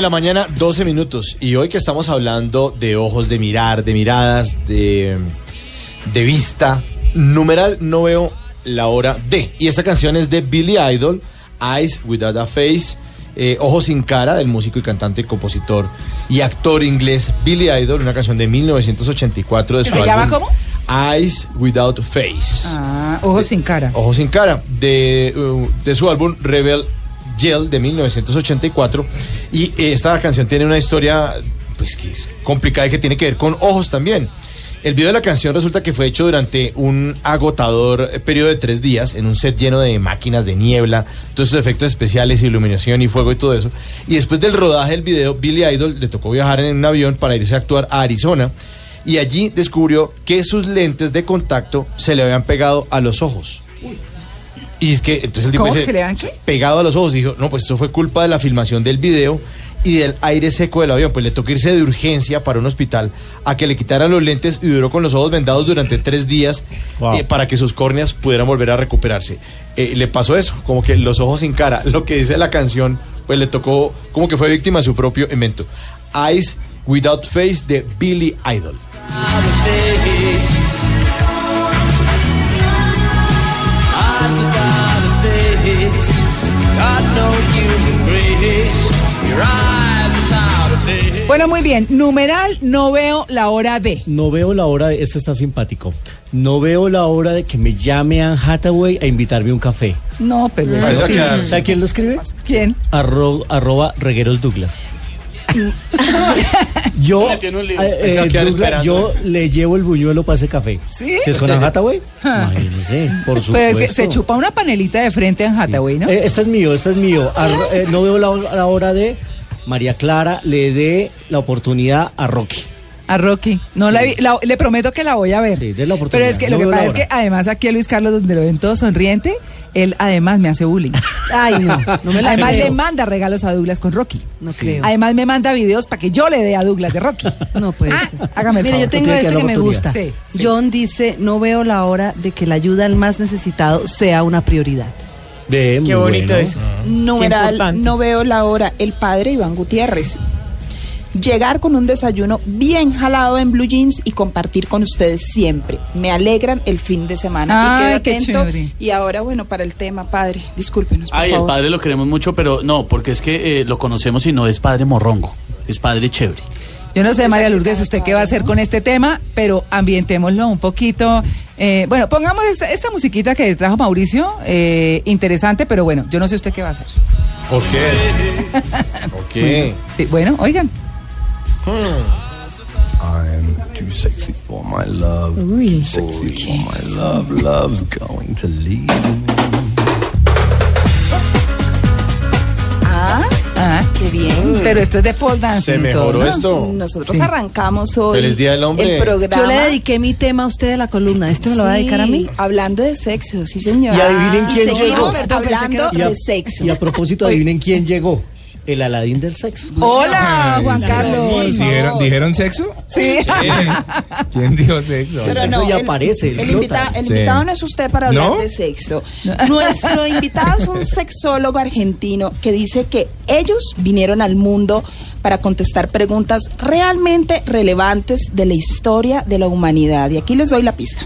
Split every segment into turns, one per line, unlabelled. la mañana, 12 minutos. Y hoy que estamos hablando de ojos, de mirar, de miradas, de, de vista, numeral no veo la hora de. Y esta canción es de Billy Idol, Eyes Without a Face, eh, Ojos sin cara, del músico y cantante, compositor y actor inglés Billy Idol, una canción de 1984 de su
¿Se
álbum
llama cómo?
Eyes Without Face.
Ah, ojos sin cara.
Ojos sin cara, de, uh, de su álbum Rebel Yell de 1984. Y eh, esta canción tiene una historia pues, que es complicada y que tiene que ver con ojos también. El video de la canción resulta que fue hecho durante un agotador eh, periodo de tres días en un set lleno de máquinas de niebla, todos esos efectos especiales, iluminación y fuego y todo eso. Y después del rodaje del video, Billy Idol le tocó viajar en un avión para irse a actuar a Arizona y allí descubrió que sus lentes de contacto se le habían pegado a los ojos. Y es que entonces el tipo
¿Cómo?
dice,
¿Se le dan qué?
pegado a los ojos, dijo, no, pues eso fue culpa de la filmación del video y del aire seco del avión, pues le tocó irse de urgencia para un hospital a que le quitaran los lentes y duró con los ojos vendados durante tres días
Wow.
eh, para que sus córneas pudieran volver a recuperarse. Eh, le pasó eso, como que los ojos sin cara, lo que dice la canción, pues le tocó, como que fue víctima de su propio invento. Eyes Without Face de Billy Idol.
Bueno, muy bien. Numeral, no veo la hora de.
No veo la hora de. Este está simpático. No veo la hora de que me llame Anne Hathaway a invitarme a un café.
No,
Ah,
pero
Ahí se va
eso
a
sí.
quedar.
¿Sabe quién lo escribe?
¿Quién?
Arro- arroba Regueros Douglas. yo, eh,
Ahí se va a quedar
Douglas,
esperando.
yo le llevo el buñuelo para ese café.
¿Sí?
Si es con Anne Hathaway, imagínese, por supuesto.
Pero es que Pues, eh, se chupa una panelita de frente en Hathaway, ¿no?
Eh, este es mío, este es mío. Arro- eh, no veo la, la hora de María Clara le dé la oportunidad a Rocky.
A Rocky. No la, vi- la- le prometo que la voy a ver.
Sí, dé la oportunidad.
Pero es que
No
lo que
veo la
pasa es
hora.
que además aquí a Luis Carlos, donde lo ven todo sonriente, él además me hace bullying.
Ay, no, no me la
además
creo.
le manda regalos a Douglas con Rocky.
No creo.
Además me manda videos para que yo le dé a Douglas de Rocky.
no puede
Ah,
ser.
hágame el
Mire,
favor.
yo tengo
Tú tienes que
este
dar
que
la
me
oportunidad.
gusta.
Sí, sí.
John dice, no veo la hora de que la ayuda al más necesitado sea una prioridad.
Bien,
Qué
muy
bonito
bueno.
eso. Qué
Numeral,
importante.
no veo la hora. El padre Iván Gutiérrez. Llegar con un desayuno bien jalado en blue jeans y compartir con ustedes siempre. Me alegran el fin de semana.
Ay,
y quedo
qué
atento.
chévere.
Y ahora, bueno, para el tema, padre, discúlpenos, por
Ay, el
favor.
padre lo queremos mucho, pero no, porque es que eh, lo conocemos y no es padre morrongo, es padre chévere.
Yo no sé, María Lourdes, usted qué va a hacer con este tema, pero ambientémoslo un poquito. Eh, bueno, pongamos esta, esta musiquita que trajo Mauricio, eh, interesante, pero bueno, yo no sé usted qué va a hacer.
¿Por qué? ¿Por qué?
Sí, bueno, oigan.
I'm too sexy for my love. Too sexy for my love. Love's going to leave. me.
Ah,
Qué bien.
pero esto es de Paul Dance.
¿Se mejoró esto?
Nosotros
Sí.
arrancamos hoy
Feliz Día del Hombre.
el programa.
Yo le dediqué mi tema a usted de la columna. ¿Este me lo va a dedicar a mí?
Sí, Hablando de sexo, sí, señor.
Y adivinen quién
seguimos
llegó.
hablando
Y a-
de sexo.
Y a propósito, adivinen quién llegó. El Aladín del sexo.
Oh, Hola, Juan Carlos.
¿Dijeron, ¿Dijeron sexo?
Sí.
¿Quién dijo sexo?
Pero- sexo Pues ya aparece,
El,
flota.
invita- el
Sí.
invitado no es usted para hablar
¿No?
de sexo. Nuestro invitado es un sexólogo argentino que dice que ellos vinieron al mundo para contestar preguntas realmente relevantes de la historia de la humanidad. Y aquí les doy la pista.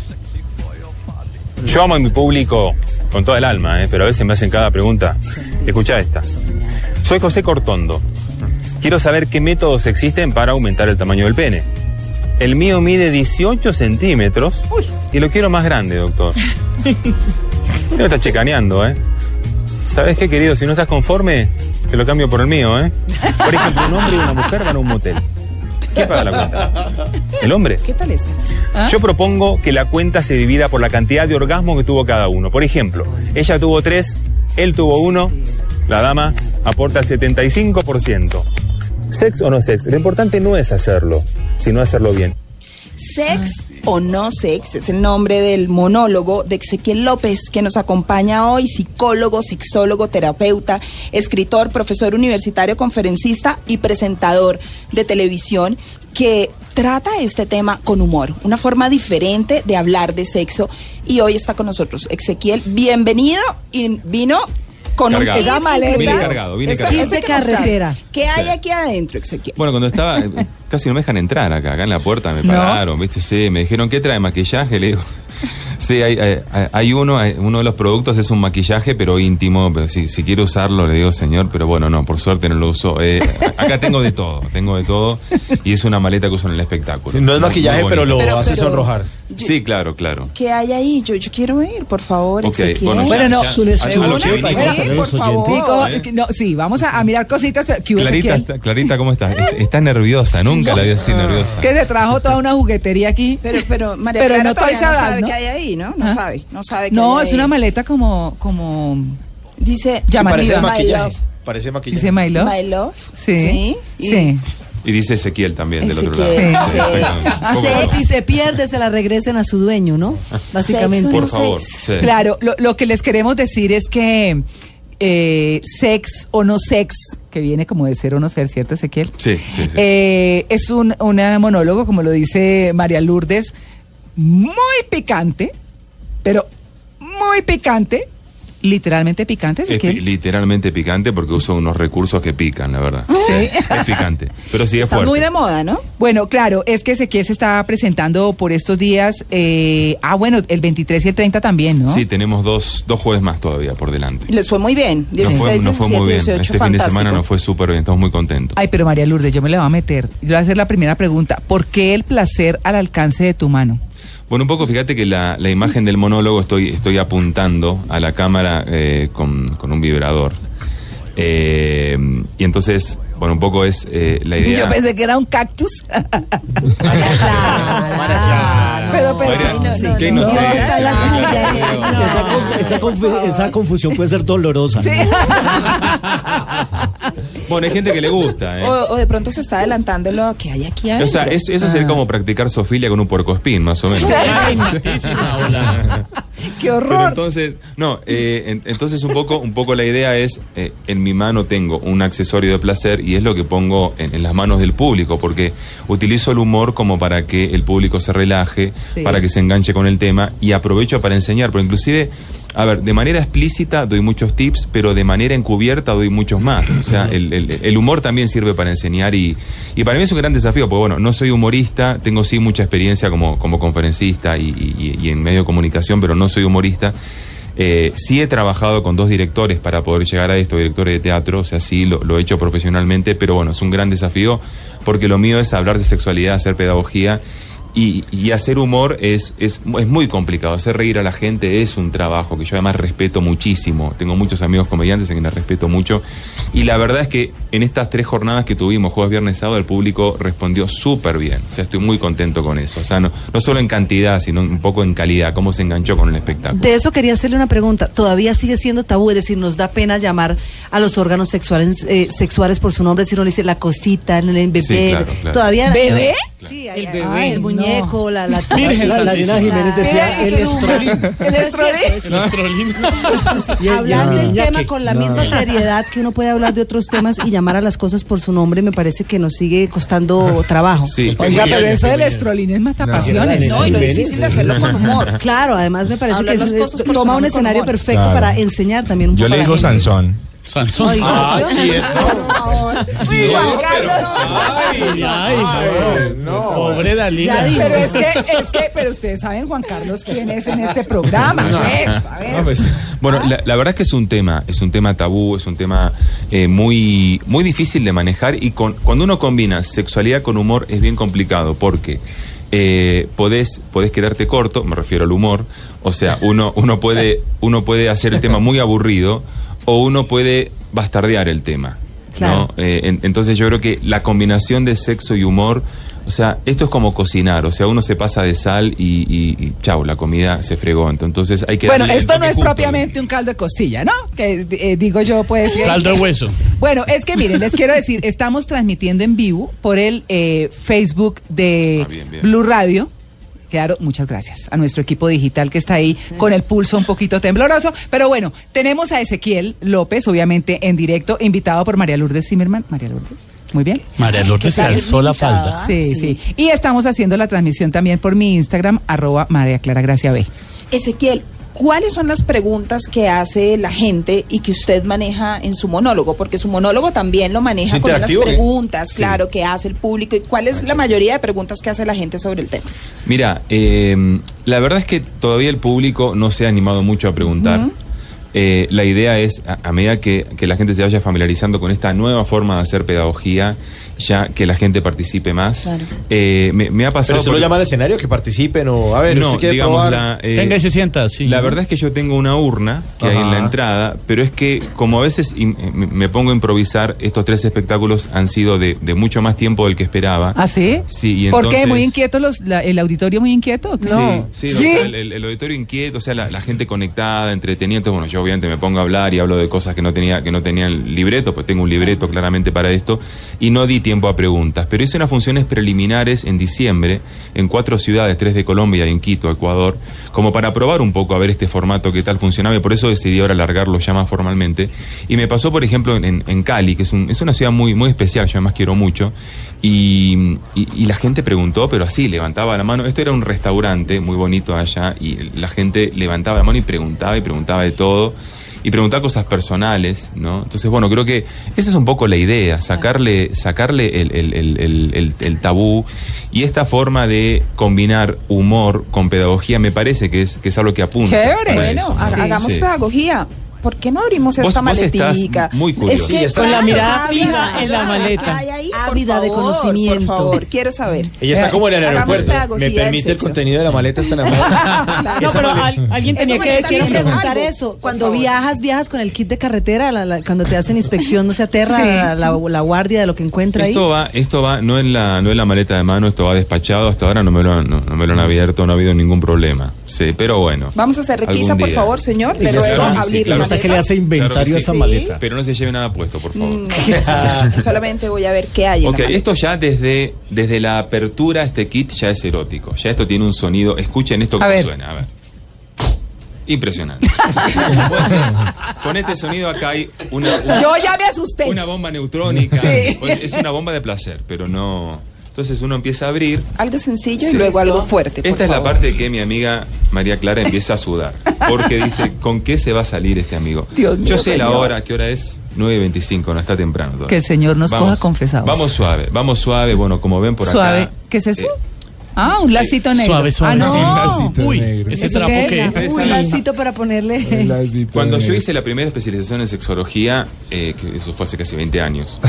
Yo amo a mi público con toda el alma, ¿eh? pero a veces me hacen cada pregunta. Escucha esta. Soy José Cortondo. Quiero saber qué métodos existen para aumentar el tamaño del pene. El mío mide 18 centímetros y lo quiero más grande, doctor. No me estás checaneando, ¿eh? ¿Sabes qué, querido? Si no estás conforme, te lo cambio por el mío, ¿eh? Por ejemplo, un hombre y una mujer van a un motel. ¿Qué paga la cuenta? ¿El hombre?
¿Qué tal esta?
Yo propongo que la cuenta se divida por la cantidad de orgasmo que tuvo cada uno. Por ejemplo, ella tuvo tres, él tuvo uno, la dama aporta el 75%. ¿Sex o no sex? Lo importante no es hacerlo, sino hacerlo bien.
Ah,
Sex o no sex es el nombre del monólogo de Ezequiel López, que nos acompaña hoy, psicólogo, sexólogo, terapeuta, escritor, profesor universitario, conferencista y presentador de televisión, que trata este tema con humor, una forma diferente de hablar de sexo. Y hoy está con nosotros Ezequiel, bienvenido y vino Con un
Cargado.
kit
Esa maleta.
incluido.
Viene cargado, viene
Esto-
cargado.
esto hay
Es de
que mostrar.
carretera.
¿Qué hay
Sí.
aquí adentro, Ezequiel?
Bueno, cuando estaba, eh, casi no me dejan entrar acá, acá en la puerta me
No.
pararon, ¿viste? Sí, me dijeron, ¿qué trae maquillaje? Le digo, sí, hay, hay- hay uno, hay- uno de los productos es un maquillaje, pero íntimo, pero si, si quiere usarlo, le digo, señor, pero bueno, no, por suerte no lo uso. Eh, acá tengo de todo, tengo de todo, y es una maleta que uso en el espectáculo.
No es
Muy-
maquillaje,
muy
pero
bonita.
lo
Pero-
hace
pero-
sonrojar.
Sí, claro, claro.
¿Qué hay ahí? Yo, yo quiero ir, por favor,
Ok,
Ezequiel.
bueno,
Bueno, no,
ya,
su-
a- a lo que
su-
vinimos.
para
Sí,
saber
por
los
favor.
oyentes.
Digo,
¿eh?
es que no, sí, vamos a, a mirar cositas. pero- ¿Qué hubo,
Clarita,
Ezequiel?
está- Clarita, ¿cómo estás? Es- Está nerviosa, nunca la vi así
Ah.
nerviosa.
Que se trajo toda una juguetería aquí.
Pero, pero María
Pero
Clara
no
todavía
Toys R
no
Us,
sabe
¿no?
qué hay ahí, ¿no? No
¿Ah?
sabe, no sabe qué
No,
hay
es
ahí.
una maleta como, como,
Dice,
Parece
llamativa.
My
maquillaje.
love.
Parece
dice
maquillaje.
My Love.
My Love.
Sí,
Y-
sí.
Y dice Ezequiel también, del otro lado.
Ezequiel,
sí.
exactamente.
Ah,
¿Cómo
sí,
no?
sí,
Si se pierde, se la regresen a su dueño, ¿no? Básicamente.
Por
Sex.
favor. sí.
Claro, lo, lo que les queremos decir es que eh, sex o no sex, que viene como de ser o no ser, ¿cierto, Ezequiel?
Sí, sí, sí.
Eh, es un una monólogo, como lo dice María Lourdes, muy picante, pero muy picante, literalmente picante,
Es pi-
Ezequiel.
literalmente picante porque uso unos recursos que pican, la verdad.
Sí.
Es picante, pero sí es
Está
fuerte.
muy de moda, ¿no?
Bueno, claro, es que Ezequiel se está presentando por estos días. eh, ah, bueno, el 23 y el 30 también, ¿no?
Sí, tenemos dos, dos jueves más todavía por delante.
Y Les fue muy bien. 16,
Nos fue, nos fue
17,
muy bien.
18,
este fin de semana
fantástico.
nos fue súper bien, estamos muy contentos.
Ay, pero María Lourdes, yo me la voy a meter. Yo voy a hacer la primera pregunta. ¿Por qué el placer al alcance de tu mano?
Bueno, un poco fíjate que la, la imagen del monólogo estoy, estoy apuntando a la cámara eh, con, con un vibrador. Eh, y entonces, bueno, un poco es eh, la idea.
Yo pensé que era un cactus.
Claro.
Pero, pero,
María,
ay, no,
sí,
no,
qué
no.
inocencia.
está la
Claro.
silla.
Esa, conf- esa conf- esa confusión puede ser dolorosa.
Sí.
Bueno, hay gente que le gusta. ¿eh?
O, o de pronto se está adelantando lo que hay aquí
O
adentro.
sea, es- eso
Ah.
sería como practicar sofilia con un puercoespín, más o menos.
Ay, santísima, hola.
¡Qué
Pero
horror!
entonces, no, eh, en- entonces un poco, un poco la idea es, eh, en mi mano tengo un accesorio de placer y es lo que pongo en, en las manos del público, porque utilizo el humor como para que el público se relaje,
Sí.
para que se enganche con el tema y aprovecho para enseñar, pero inclusive, a ver, de manera explícita doy muchos tips, pero de manera encubierta doy muchos más. O sea, el, el- el humor también sirve para enseñar y, y para mí es un gran desafío, porque bueno, no soy humorista, tengo sí mucha experiencia como, como conferencista y, y- y en medio de comunicación, pero no soy humorista. Eh, sí he trabajado con dos directores para poder llegar a esto, directores de teatro, o sea, sí lo, lo he hecho profesionalmente, pero bueno, es un gran desafío porque lo mío es hablar de sexualidad, hacer pedagogía y, y hacer humor es, es, es muy complicado. Hacer reír a la gente es un trabajo que yo además respeto muchísimo. Tengo muchos amigos comediantes a quienes respeto mucho. Y la verdad es que en estas tres jornadas que tuvimos, jueves, viernes, sábado, el público respondió súper bien. O sea, estoy muy contento con eso. O sea, no, no solo en cantidad, sino un poco en calidad, cómo se enganchó con el espectáculo.
De eso quería hacerle una pregunta. Todavía sigue siendo tabú, es decir, nos da pena llamar a los órganos sexuales, eh, sexuales por su nombre, si uno le dice la cosita, el bebé.
Sí, claro, claro.
Todavía
¿Bebé?
Sí,
El
el,
bebé.
Ay, no.
el muñeco, la, la
Virgen
La, la Diana
Santísima.
Jiménez decía
Mira,
el
qué lumbre.
estrolín.
El estrolín.
El astrolín.
Y- y-
Hablar
y-
del
ya
tema
que-
con la
no,
misma
no.
seriedad que uno puede hablar de otros temas y llamar a las cosas por su nombre me parece que nos sigue costando trabajo.
Sí,
Oiga,
sí.
pero eso del estrolín es matapasiones.
No,
No, y lo
Jiménez,
difícil de hacerlo con humor.
Claro, además me parece
Hablar
que
las
es-
cosas por su
toma un
nombre con
escenario
humor.
perfecto
Claro.
para enseñar también un
Yo
poco
le
a la
digo
gente.
Sansón.
Sansón.
Oiga,
Ah,
Dios.
Uy, Juan Carlos.
Ay, ay,
Ay, no.
Pobre
Ya
Dalila.
dijo.
Pero es que, es que, pero ustedes saben, Juan Carlos, quién es en este programa. ¿ves? A ver.
No, pues,
Bueno, la, la verdad es que es un tema, es un tema tabú, es un tema eh, muy, muy difícil de manejar y con- cuando uno combina sexualidad con humor es bien complicado porque eh, podés, podés quedarte corto, me refiero al humor, o sea, uno, uno, puede, uno puede hacer el tema muy aburrido o uno puede bastardear el tema. ¿no?
Claro.
Eh, en- entonces yo creo que la combinación de sexo y humor, o sea, esto es como cocinar, o sea, uno se pasa de sal y, y- y chau, la comida se fregó. Entonces hay que
Bueno,
darle el
esto no
toque
es
justo.
propiamente un caldo de costilla, ¿no? Que eh, digo yo, pues. que-
Caldo de hueso.
Bueno, es que miren, les quiero decir, estamos transmitiendo en vivo por el eh, Facebook de
Ah, bien, bien.
Blue Radio. Claro, muchas gracias a nuestro equipo digital que está ahí con el pulso un poquito tembloroso. Pero bueno, tenemos a Ezequiel López, obviamente en directo, invitado por María Lourdes Zimmerman. María Lourdes, muy bien.
María Lourdes se
tal?
alzó la
Invitada.
Ah,
falda.
sí, sí,
sí.
Y estamos haciendo la transmisión también por mi Instagram, arroba María Clara Gracia B.
Ezequiel, ¿cuáles son las preguntas que hace la gente y que usted maneja en su monólogo? Porque su monólogo también lo maneja
¿Es
con unas
interactivo o qué?
preguntas,
Sí.
claro, que hace el público y cuál es la mayoría de preguntas que hace la gente sobre el tema.
Mira, eh, la verdad es que todavía el público no se ha animado mucho a preguntar. Eh, la idea es, a, a medida que, que la gente se vaya familiarizando con esta nueva forma de hacer pedagogía, ya que la gente participe más.
Claro.
Eh, me, me ha
Pero
pasado...
eso lo
por-
llama al escenario, que participen o a ver,
no,
usted quiere
digamos,
probar.
la, eh,
Venga y se sienta, sí.
la verdad es que yo tengo una urna que hay en la
Ajá.
entrada, pero es que como a veces im- me me pongo a improvisar, estos tres espectáculos han sido de, de mucho más tiempo del que esperaba.
¿Ah, sí?
Sí, y
¿Por qué? ¿Muy
entonces-
inquieto los, la- el auditorio? ¿Muy inquieto?
Sí, sí, o sea, el, el- el auditorio inquieto, o sea, la, la gente conectada, entretenida. Entonces, bueno, yo obviamente me pongo a hablar y hablo de cosas que no tenía que no tenía el libreto, pues tengo un libreto claramente para esto y no di tiempo a preguntas. Pero hice unas funciones preliminares en diciembre en cuatro ciudades, tres de Colombia y en Quito, Ecuador, como para probar un poco a ver este formato qué tal funcionaba y por eso decidí ahora alargarlo ya más formalmente. Y me pasó, por ejemplo, en, en Cali, que es, un- es una ciudad muy, muy especial, yo además quiero mucho, y, y- y la gente preguntó, pero así, levantaba la mano. Esto era un restaurante muy bonito allá y la gente levantaba la mano y preguntaba y preguntaba de todo. Y preguntaba cosas personales, ¿no? Entonces, bueno, creo que esa es un poco la idea, sacarle, sacarle el, el- el- el- el- el tabú. Y esta forma de combinar humor con pedagogía me parece que es, que es algo que apunta.
Chévere.
para
Bueno,
eso, ¿no?
ha- hagamos
Sí.
pedagogía. ¿Por qué no abrimos
Vos-
esta
vos estás
maletica?
muy curiosa. Sí,
estás-
claro,
Con la
mirada
ávida,
fija en la
ávida,
maleta.
hay ahí, por
Ávida de
favor,
conocimiento.
Por favor, quiero saber.
Ella está como en el
Eh, Hagamos
aeropuerto.
pedagogía
¿Me
del
permite el
sexo.
contenido de la maleta? Está enamorada.
No, pero al- alguien
Ah,
Eso
tenía
me
que
está
decir.
Quiero
Algo,
preguntar eso.
por
Cuando
favor.
viajas, viajas con el kit de carretera, La- la- cuando te hacen inspección, no se aterra
Sí.
la, la- la guardia de lo que encuentra ahí.
Esto va, esto va, no en la, no en la maleta de mano, esto va despachado, hasta ahora no me lo han, no, no me lo han abierto, no ha habido ningún problema. Sí, pero bueno.
Vamos a hacer requisa,
algún
por
día.
favor, señor.
Sí,
Pero
sí,
luego
claro que sí,
abrir
claro
la
que sí.
que le
maleta.
hace inventario
Claro que
a esa
sí.
maleta.
Pero no se lleve nada puesto, por favor.
Mm, no, Solamente voy a ver qué hay. en la
Ok,
maleta.
esto ya desde, desde la apertura, este kit ya es erótico. Ya esto tiene un sonido. Escuchen esto
A
como
ver.
suena, a ver. Impresionante. Pues, con este sonido acá hay una, una-
Yo ya me asusté.
una bomba neutrónica.
Sí.
Pues, es una bomba de placer, pero no. Entonces uno empieza a abrir.
Algo sencillo y
Sí.
luego algo fuerte. por
Esta es la
favor.
parte que mi amiga María Clara empieza a sudar. Porque dice, ¿con qué se va a salir este amigo?
Dios mío,
Yo sé la
señor.
hora, ¿qué hora es? 9.25, no está temprano. todavía.
Que el Señor nos coja confesados.
Vamos suave, vamos suave. Bueno, como ven por
Suave.
acá.
¿Qué es eso?
eh,
ah, un lacito negro.
Suave, suave.
Ah, no.
sí.
lacito
Uy,
negro.
ese
¿Eso
trapo
qué es?
que...
Esa-
Un lacito para ponerle.
Eh.
cuando yo hice la primera especialización en sexología, eh, que eso fue hace casi 20 años.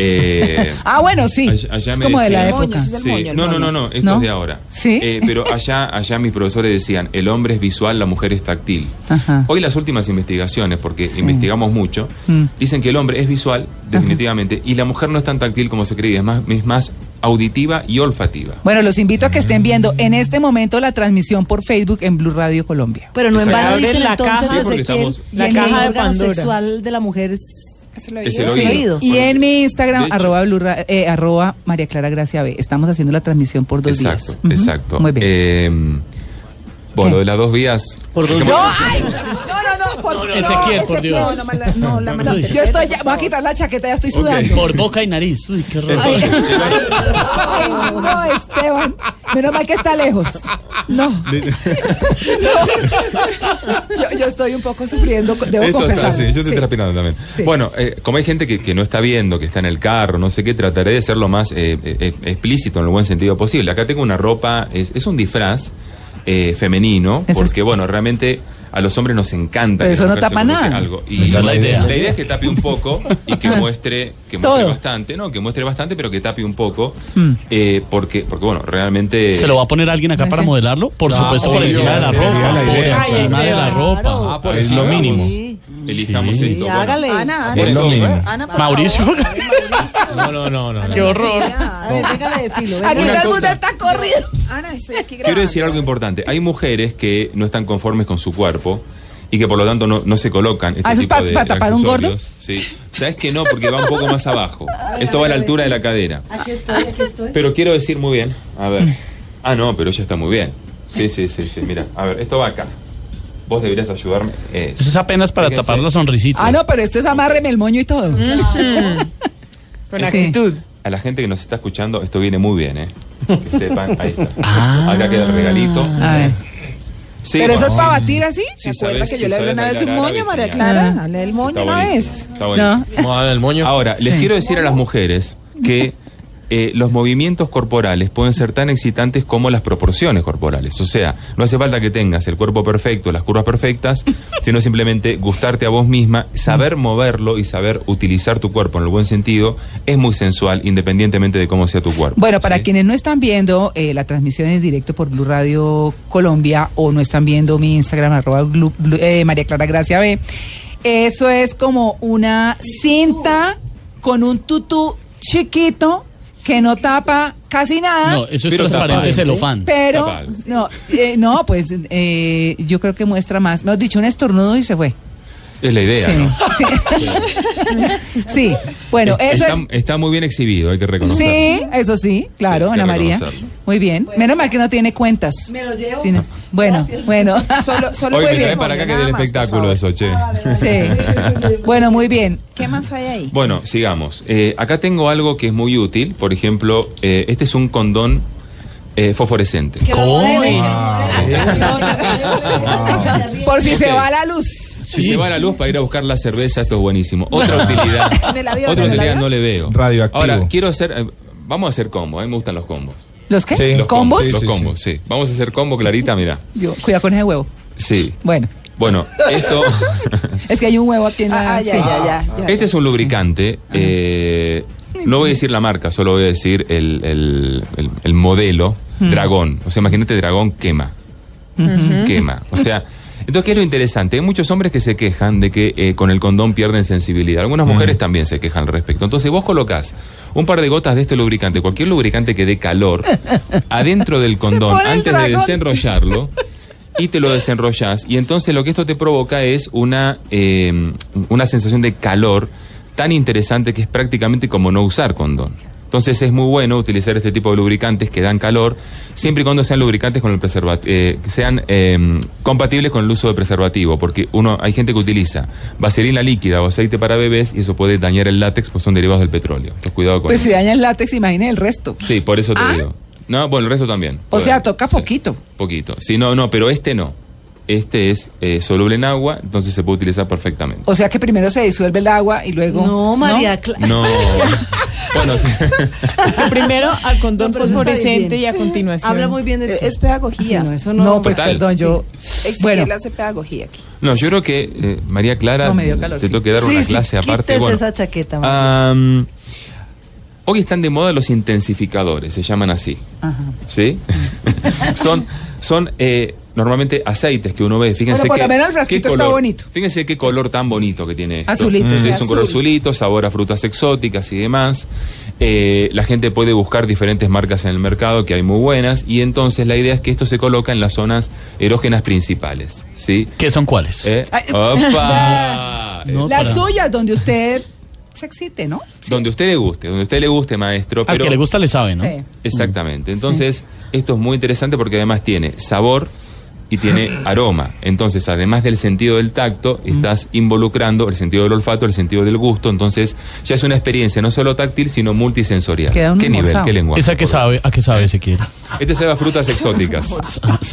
eh,
Ah, bueno, sí.
Allá- allá
es
me
como de la
decían-
época.
Moños, es el moño, el
no, no,
moño.
no, no, esto
¿No?
es de ahora.
¿Sí?
Eh, pero allá, allá mis profesores decían, el hombre es visual, la mujer es táctil.
Ajá.
Hoy las últimas investigaciones, porque investigamos mucho,
Ah. Mm.
dicen que el hombre es visual, definitivamente, y la mujer no es tan táctil como se creía, es más, es más auditiva y olfativa.
Bueno, los invito a que estén viendo en este momento la transmisión por Facebook en Blue Radio Colombia.
Pero no en
Exacto.
vano
Abren
dicen
la
entonces
caja.
Sí, porque
desde quién
estamos-
la
La caja
caja
de
órgano
Pandora.
sexual de la mujer es
¿Eso lo
Es
oí?
el
Es el oído.
oído.
Y en mi Instagram,
De hecho-
arroba, Blue Ra- eh, arroba María Clara Gracia B. Estamos haciendo la transmisión por dos
exacto,
días. Ujú.
exacto.
Muy bien.
Eh,
¿Qué?
bueno, lo de las dos vías...
Por dos
¿cómo-
no, ay,
No, no, no, por favor.
Ezequiel, por Dios.
No, no, mala- no, la mala-
yo estoy ya, voy a quitar la chaqueta, ya estoy sudando.
Por boca y nariz. Uy, qué raro.
Entonces,
Ay, no, Esteban. Menos mal que está lejos. No. Yo, yo estoy un poco sufriendo, debo
Esto está
confesar.
así, yo estoy
Sí.
transpirando también.
Sí.
Bueno, eh, como hay gente que, que no está viendo, que está en el carro, no sé qué, trataré de ser lo más eh, eh, explícito en el buen sentido posible. Acá tengo una ropa, es, es un disfraz eh, femenino,
Eso es-
porque bueno, realmente a los hombres nos encanta.
Pero
que
eso
la
no
mujer se
tapa
coloque
nada.
Algo. Y
Esa es la idea.
La idea es que tape un poco y que muestre, que muestre
Todo.
bastante, no, que muestre bastante, pero que tape un poco,
Mm.
eh, porque, porque bueno, realmente...
¿Se lo va a poner alguien acá
No
para
sé.
modelarlo? Por
No,
supuesto, por
sí,
encima de la
sería
ropa.
la
Por
idea,
encima de la
claro.
ropa.
Ah, por
Es
encima.
lo mínimo.
Sí.
Elijamos
Sí.
esto.
Y
bueno.
hágale.
Ana,
Por
Ana,
Es lo
eso,
mínimo.
¿eh?
Ana, por
Mauricio.
favor.
No, no, no, no.
Qué
no.
horror.
A ver, véngale de filo.
Aquí
véngale.
todo el mundo
cosa.
está corriendo.
Ana, estoy aquí grabando.
Quiero decir algo importante. Hay mujeres que no están conformes con su cuerpo y que por lo tanto no, no se colocan este
Ah, ¿eso es
tipo
pa-
de
pa tapar un gordo?
accesorios. Sí. Sabes que no, porque va un poco más abajo. Esto va a la altura de la cadera.
Aquí estoy, aquí estoy.
Pero quiero decir muy bien. A ver. Ah, no, pero ella está muy bien. Sí, sí, sí, sí. Mira, a ver, esto va acá. Vos deberías ayudarme. Eso.
Eso es apenas para
Fíjense.
tapar la sonrisita.
Ah, no, pero esto es amárreme el moño y todo.
Con
Sí.
actitud.
A la gente que nos está escuchando, esto viene muy bien, ¿eh? Que sepan, ahí está.
Ah.
Acá queda el regalito.
A ver.
Sí,
Pero eso
bueno,
es para
sí,
batir
sí.
así.
Sí,
¿Se acuerda
sabes-
que
sí
yo le hablé
sabes
una vez de un
bailar
moño,
árabe,
María
genial.
Clara? Hablé del moño
Está
una
buenísimo,
vez.
está buenísimo.
Ah,
Ahora, les
Sí.
quiero decir a las mujeres que eh, los movimientos corporales pueden ser tan excitantes como las proporciones corporales. O sea, no hace falta que tengas el cuerpo perfecto, las curvas perfectas, sino simplemente gustarte a vos misma, saber
Mm.
moverlo y saber utilizar tu cuerpo en el buen sentido es muy sensual, independientemente de cómo sea tu cuerpo.
Bueno, para quienes no están viendo eh, la transmisión en directo por Blue Radio Colombia o no están viendo mi Instagram, arroba Blu- Blu- eh, María Clara Gracia B, eso es como una cinta con un tutú chiquito que no tapa casi nada.
No, eso es Pero transparente tapa algo. celofán.
Pero,
Tapa algo.
no, eh, no, pues eh, yo creo que muestra más. Me has dicho un estornudo y se fue.
Es la idea,
Sí.
¿no?
Sí, bueno, eso
está,
es.
está muy bien exhibido, hay que
Sí,
reconocerlo.
eso sí, claro,
Sí, hay que
Ana María.
reconocerlo.
Muy bien. Menos mal que no tiene cuentas. Me lo llevo. bueno, bueno.
Solo-
Hoy me traen para acá que del espectáculo eso, che.
Ah, Sí. Bueno, muy bien.
¿Qué más hay ahí?
Bueno, sigamos. Eh, acá tengo algo que es muy útil. Por ejemplo, eh, este es un condón eh, fosforescente.
Ah.
Ah.
Por si se
Ok.
va la luz.
Si se va la luz para ir a buscar la cerveza, esto es buenísimo. Otra utilidad.
En el avión,
otra
en el
utilidad
avión.
no le veo. Radioactivo. Ahora, quiero hacer. eh, vamos a hacer combo. A mí me gustan los combos.
¿Los qué?
Los
¿Combos?
Los combos, sí. Vamos a hacer combo, Clarita, mira.
Yo, cuidado con ese huevo.
Sí.
Bueno,
Bueno, esto.
es que hay un huevo aquí en la.
Ah, ya,
sí.
ya, ya.
Este es un lubricante. eh, no voy a decir la marca, solo voy a decir el, el- el- el modelo
Mm.
Dragón. O sea, imagínate, Dragón quema.
Ujú.
Quema. O sea. Entonces, ¿qué es lo interesante? Hay muchos hombres que se quejan de que eh, con el condón pierden sensibilidad. Algunas
Mm.
mujeres también se quejan al respecto. Entonces, vos colocás un par de gotas de este lubricante, cualquier lubricante que dé calor, adentro del condón,
pone el
antes de
dragón.
desenrollarlo, y te lo desenrollas. Y entonces lo que esto te provoca es una, eh, una sensación de calor tan interesante que es prácticamente como no usar condón. Entonces es muy bueno utilizar este tipo de lubricantes que dan calor, siempre y cuando sean lubricantes con el preservativo, que sean eh, compatibles con el uso de preservativo, porque uno hay gente que utiliza vaselina líquida o aceite para bebés y eso puede dañar el látex, pues son derivados del petróleo. Entonces cuidado con
Pues si
eso.
daña el látex, imagine el resto.
Sí, por eso te
Ah.
digo. No, bueno, el resto también.
O sea, toca poquito.
Poquito. Sí, no, no, pero este no. Este es eh, soluble en agua, entonces se puede utilizar perfectamente.
O sea que primero se disuelve el agua y luego. No, María
No. bueno, sí.
Primero al condón
pero eso está
fosforescente
bien.
y a continuación.
Habla muy bien de
Eh,
Este-
Ah,
Es pedagogía.
no, eso
No, pues
Total.
perdón, yo.
Exigirle hace pedagogía aquí.
No, yo creo que eh, María Clara
No, me dio calor,
te
sí.
tengo que Pues, dar
Sí,
una
sí,
clase aparte.
quítese
Bueno, Ah,
esa chaqueta,
am, hoy están de moda los intensificadores, se llaman así. ¿Sí? son son eh, normalmente aceites que uno ve. Fíjense
Bueno, por
que,
lo menos el
qué
frasquito está
color,
bonito.
Fíjense qué color tan bonito que tiene esto.
Azulito,
Entonces,
sí,
Mm, es un color
azul.
azulito, sabor a frutas exóticas y demás. Eh, la gente puede buscar diferentes marcas en el mercado que hay muy buenas y entonces la idea es que esto se coloca en las zonas erógenas principales, ¿sí? Eh,
¿Qué son cuáles?
Ay.
¡Opa! Eh,
Las suyas donde usted se excite, ¿no?
Donde a usted le guste, donde a usted le guste, maestro.
Al
pero-
que le gusta le sabe, ¿no?
Sí.
Mm. Exactamente. Entonces, esto es muy interesante porque además tiene sabor y tiene aroma. Entonces, además del sentido del tacto, estás involucrando el sentido del olfato, el sentido del gusto. Entonces, ya es una experiencia no solo táctil, sino multisensorial. ¿Qué nivel, qué lenguaje?
¿Esa que sabe, ¿A qué sabe Ezequiel?
Este sabe a frutas exóticas.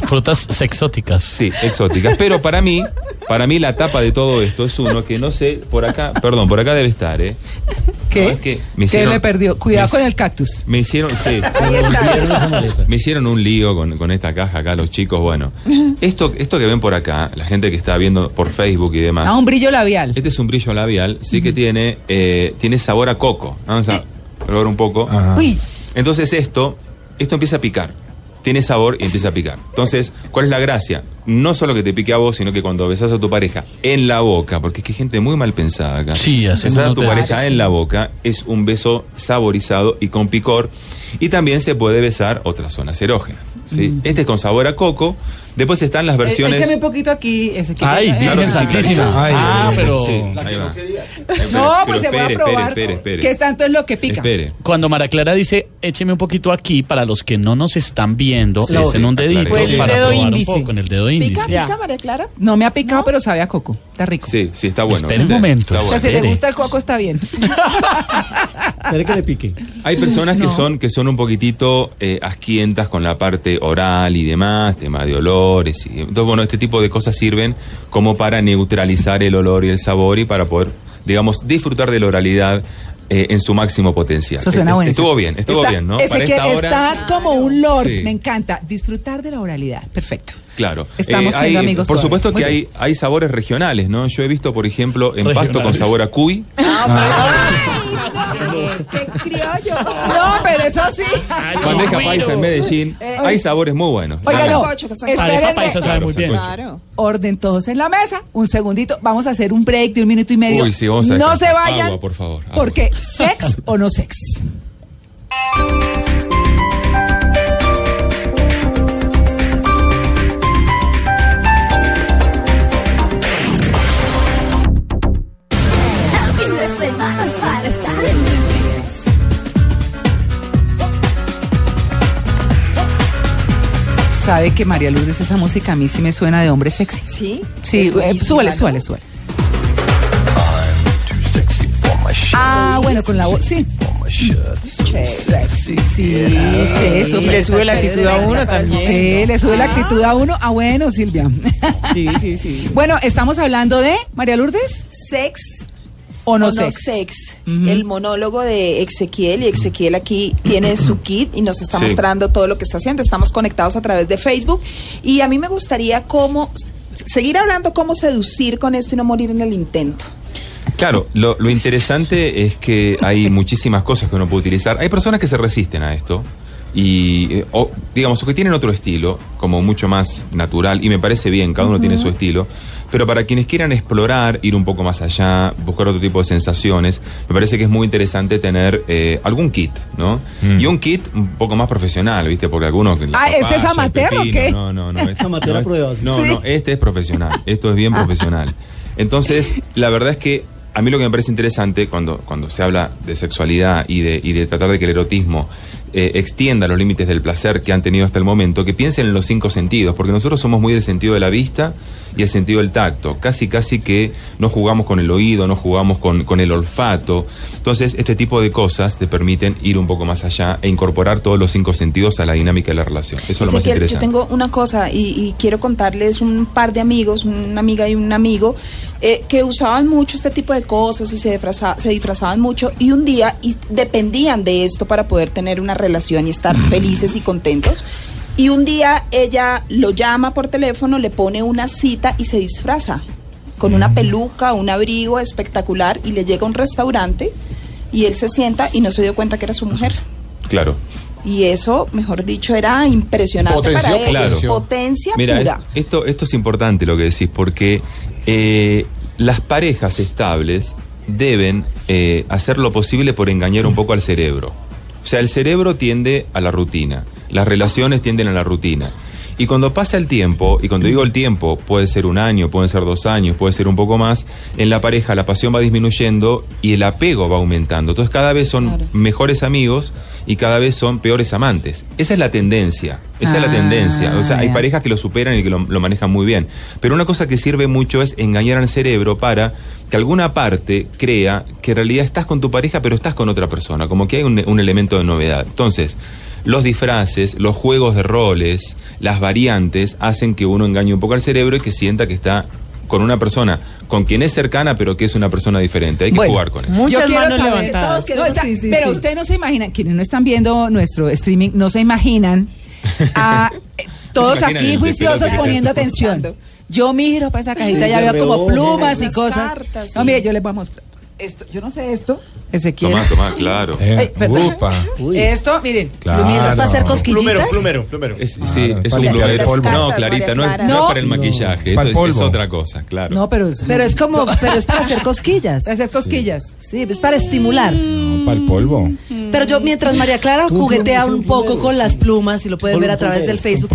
Frutas exóticas.
Sí, exóticas. Pero para mí, para mí la tapa de todo esto es uno que no sé, por acá, perdón, por acá debe estar, ¿eh?
¿Qué?
No, es que me
¿Qué
hicieron-
le perdió? Cuidado
me-
con el cactus.
Me hicieron, sí. Me hicieron un lío con, con esta caja acá, los chicos. Bueno, esto, esto que ven por acá, la gente que está viendo por Facebook y demás.
Ah, un brillo labial.
Este es un brillo labial, sí que tiene, eh, tiene sabor a coco. Vamos a probar un poco.
Uy. eh,
Entonces esto, esto empieza a picar. Tiene sabor y empieza a picar. Entonces, ¿cuál es la gracia? No solo que te pique a vos, sino que cuando besás a tu pareja en la boca, porque es que hay gente muy mal pensada acá.
Sí, hacemos
Besar a tu
nota.
pareja
Claro, sí.
en la boca es un beso saborizado y con picor. Y también se puede besar otras zonas erógenas. ¿sí?
Mm.
Este es con sabor a coco. Después están las versiones.
Échame Eh, un poquito aquí, Ezequiel. Eh,
Claro que sí, claro que sí.
Ah, pero-
Sí, ahí
No,
va.
pues
pero
se va a
espere,
probar.
espere, espere,
Que
espere.
es tanto es lo que pica.
Cuando Mara Clara dice, écheme un poquito aquí, para los que no nos están viendo,
Sí.
es en un
Aclare.
dedito
Con el
para
dedo
probar un
índice.
poco, con el dedo índice.
¿Pica, pica, María Clara? No me ha picado, pero sabe a coco. Está rico.
Sí, sí, está bueno.
Espere un momento,
Está
O
bueno.
sea, si le gusta el coco, está bien.
que le pique.
Hay personas que son que son un poquitito eh, asquientas con la parte oral y demás, tema de olores. Y, entonces, bueno, este tipo de cosas sirven como para neutralizar el olor y el sabor y para poder, digamos, disfrutar de la oralidad eh, en su máximo potencial.
Eso suena
Eh,
buenísimo.
Estuvo bien, estuvo
Está-
bien, ¿no?
ese
Para
que
esta hora,
estás como un lord.
Sí.
Me encanta. Disfrutar de la oralidad. Perfecto.
claro. Eh,
Estamos
hay-
siendo amigos
Por
todos.
supuesto
Muy
que hay, hay sabores regionales, ¿no? Yo he visto, por ejemplo, en pasto con
Regionales.
sabor a cuy.
¡Qué criollo!
No, pero eso sí.
Bandeja paisa en Medellín.
Eh,
hay sabores muy buenos.
Oiga,
Nada.
no,
Arepa paisa sabe
espérenme.
muy bien.
Orden todos en la mesa. Un segundito. Vamos a hacer un break de un minuto y medio.
Uy, sí, vamos a
no se
descansar.
vayan.
Agua, por favor, agua.
Porque sex o no sex. ¿Sabe que María Lourdes esa música a mí sí me suena de hombre sexy? Sí. Sí,
Es
eh,
buenísima,
súbele,
¿no?
súbele, súbele. Ah, bueno, con la voz, sí. Sí,
Sexy.
sí, eso.
Le sube la actitud a uno también.
Sí, le sube la actitud a uno. Ah, bueno, Silvia.
Sí, sí, sí.
Bueno, estamos hablando de María Lourdes.
Sex
¿O no
o
sex? Ujú.
El monólogo de Ezequiel y Ezequiel aquí tiene su kit y nos está
Sí.
mostrando todo lo que está haciendo. Estamos conectados a través de Facebook y a mí me gustaría cómo seguir hablando cómo seducir con esto y no morir en el intento.
Claro, lo, lo interesante es que hay muchísimas cosas que uno puede utilizar. Hay personas que se resisten a esto y, eh, o, digamos, o que tienen otro estilo, como mucho más natural, y me parece bien, cada uno tiene su estilo. Pero para quienes quieran explorar, ir un poco más allá, buscar otro tipo de sensaciones, me parece que es muy interesante tener eh, algún kit, ¿no? Y un kit un poco más profesional, ¿viste? Porque algunos... la
Ah, ¿este es
papaya, el
amateur o
pepino,
qué?
No, no, no. este-
Amateur
no,
a pruebas.
No,
Sí.
no, este es profesional. Esto es bien profesional. Entonces, la verdad es que a mí lo que me parece interesante cuando, cuando se habla de sexualidad y de, y de tratar de que el erotismo eh, extienda los límites del placer que han tenido hasta el momento, que piensen en los cinco sentidos, porque nosotros somos muy del sentido de la vista y el sentido del tacto. Casi, casi que no jugamos con el oído, no jugamos con, con el olfato. Entonces, este tipo de cosas te permiten ir un poco más allá e incorporar todos los cinco sentidos a la dinámica de la relación. Eso es lo más
Ezequiel,
interesante.
yo tengo una cosa y, y quiero contarles un par de amigos, una amiga y un amigo, eh, que usaban mucho este tipo de cosas y se, disfraza- se disfrazaban mucho y un día y dependían de esto para poder tener una relación y estar felices y contentos. Y un día ella lo llama por teléfono, le pone una cita y se disfraza con una peluca, un abrigo espectacular y le llega a un restaurante y él se sienta y no se dio cuenta que era su mujer.
Claro.
Y eso, mejor dicho, era impresionante
Potenció,
para ellos.
claro.
Potencia
Mira,
pura.
es- esto, esto es importante lo que decís, porque eh, las parejas estables deben eh, hacer lo posible por engañar un poco al cerebro. O sea, el cerebro tiende a la rutina, las relaciones tienden a la rutina. Y cuando pasa el tiempo, y cuando digo el tiempo, puede ser un año, pueden ser dos años, puede ser un poco más, en la pareja la pasión va disminuyendo y el apego va aumentando. Entonces cada vez son mejores amigos y cada vez son peores amantes. Esa es la tendencia, esa es la
Ah,
tendencia. O sea, hay
ya.
parejas parejas que lo superan y que lo, lo manejan muy bien. Pero una cosa que sirve mucho es engañar al cerebro para que alguna parte crea que en realidad estás con tu pareja, pero estás con otra persona. Como que hay un, un elemento de novedad. Entonces, los disfraces, los juegos de roles, las variantes hacen que uno engañe un poco al cerebro y que sienta que está con una persona con quien es cercana, pero que es una persona diferente. Hay que
Bueno, Mm,
jugar con eso.
muchas manos
saber-
levantadas.
todos queremos-
No, está-
sí, sí, pero
sí.
ustedes no se imaginan, quienes no están viendo nuestro streaming, no se imaginan a eh, todos
se imaginan
aquí
el
juiciosos
despelote que se
poniendo
está
atención. Yo miro para esa cajita,
Sí,
ya
de
veo
reojo,
como plumas y
unas
cosas.
cartas,
No,
sí.
mire, yo les voy a mostrar. Esto, yo no sé esto. Ezequiel.
Tomá, tomá, claro.
Eh,
Ay, perdón. Esto, miren.
Claro.
plumitas para hacer cosquillitas.
Plumero, plumero, plumero.
Es- sí, es
ah, para
un
limpiar
lugar.
el polvo.
No,
Las
Clarita, no es,
cartas,
no
no.
es para el maquillaje.
para el
esto es, es
polvo.
otra cosa, claro.
No, pero es,
Pero es como, pero es para hacer cosquillas.
Para hacer cosquillas.
Sí, es para estimular. Mm.
Para el polvo.
Pero yo, mientras María Clara juguetea un poco con las plumas, y lo pueden ver a través del Facebook,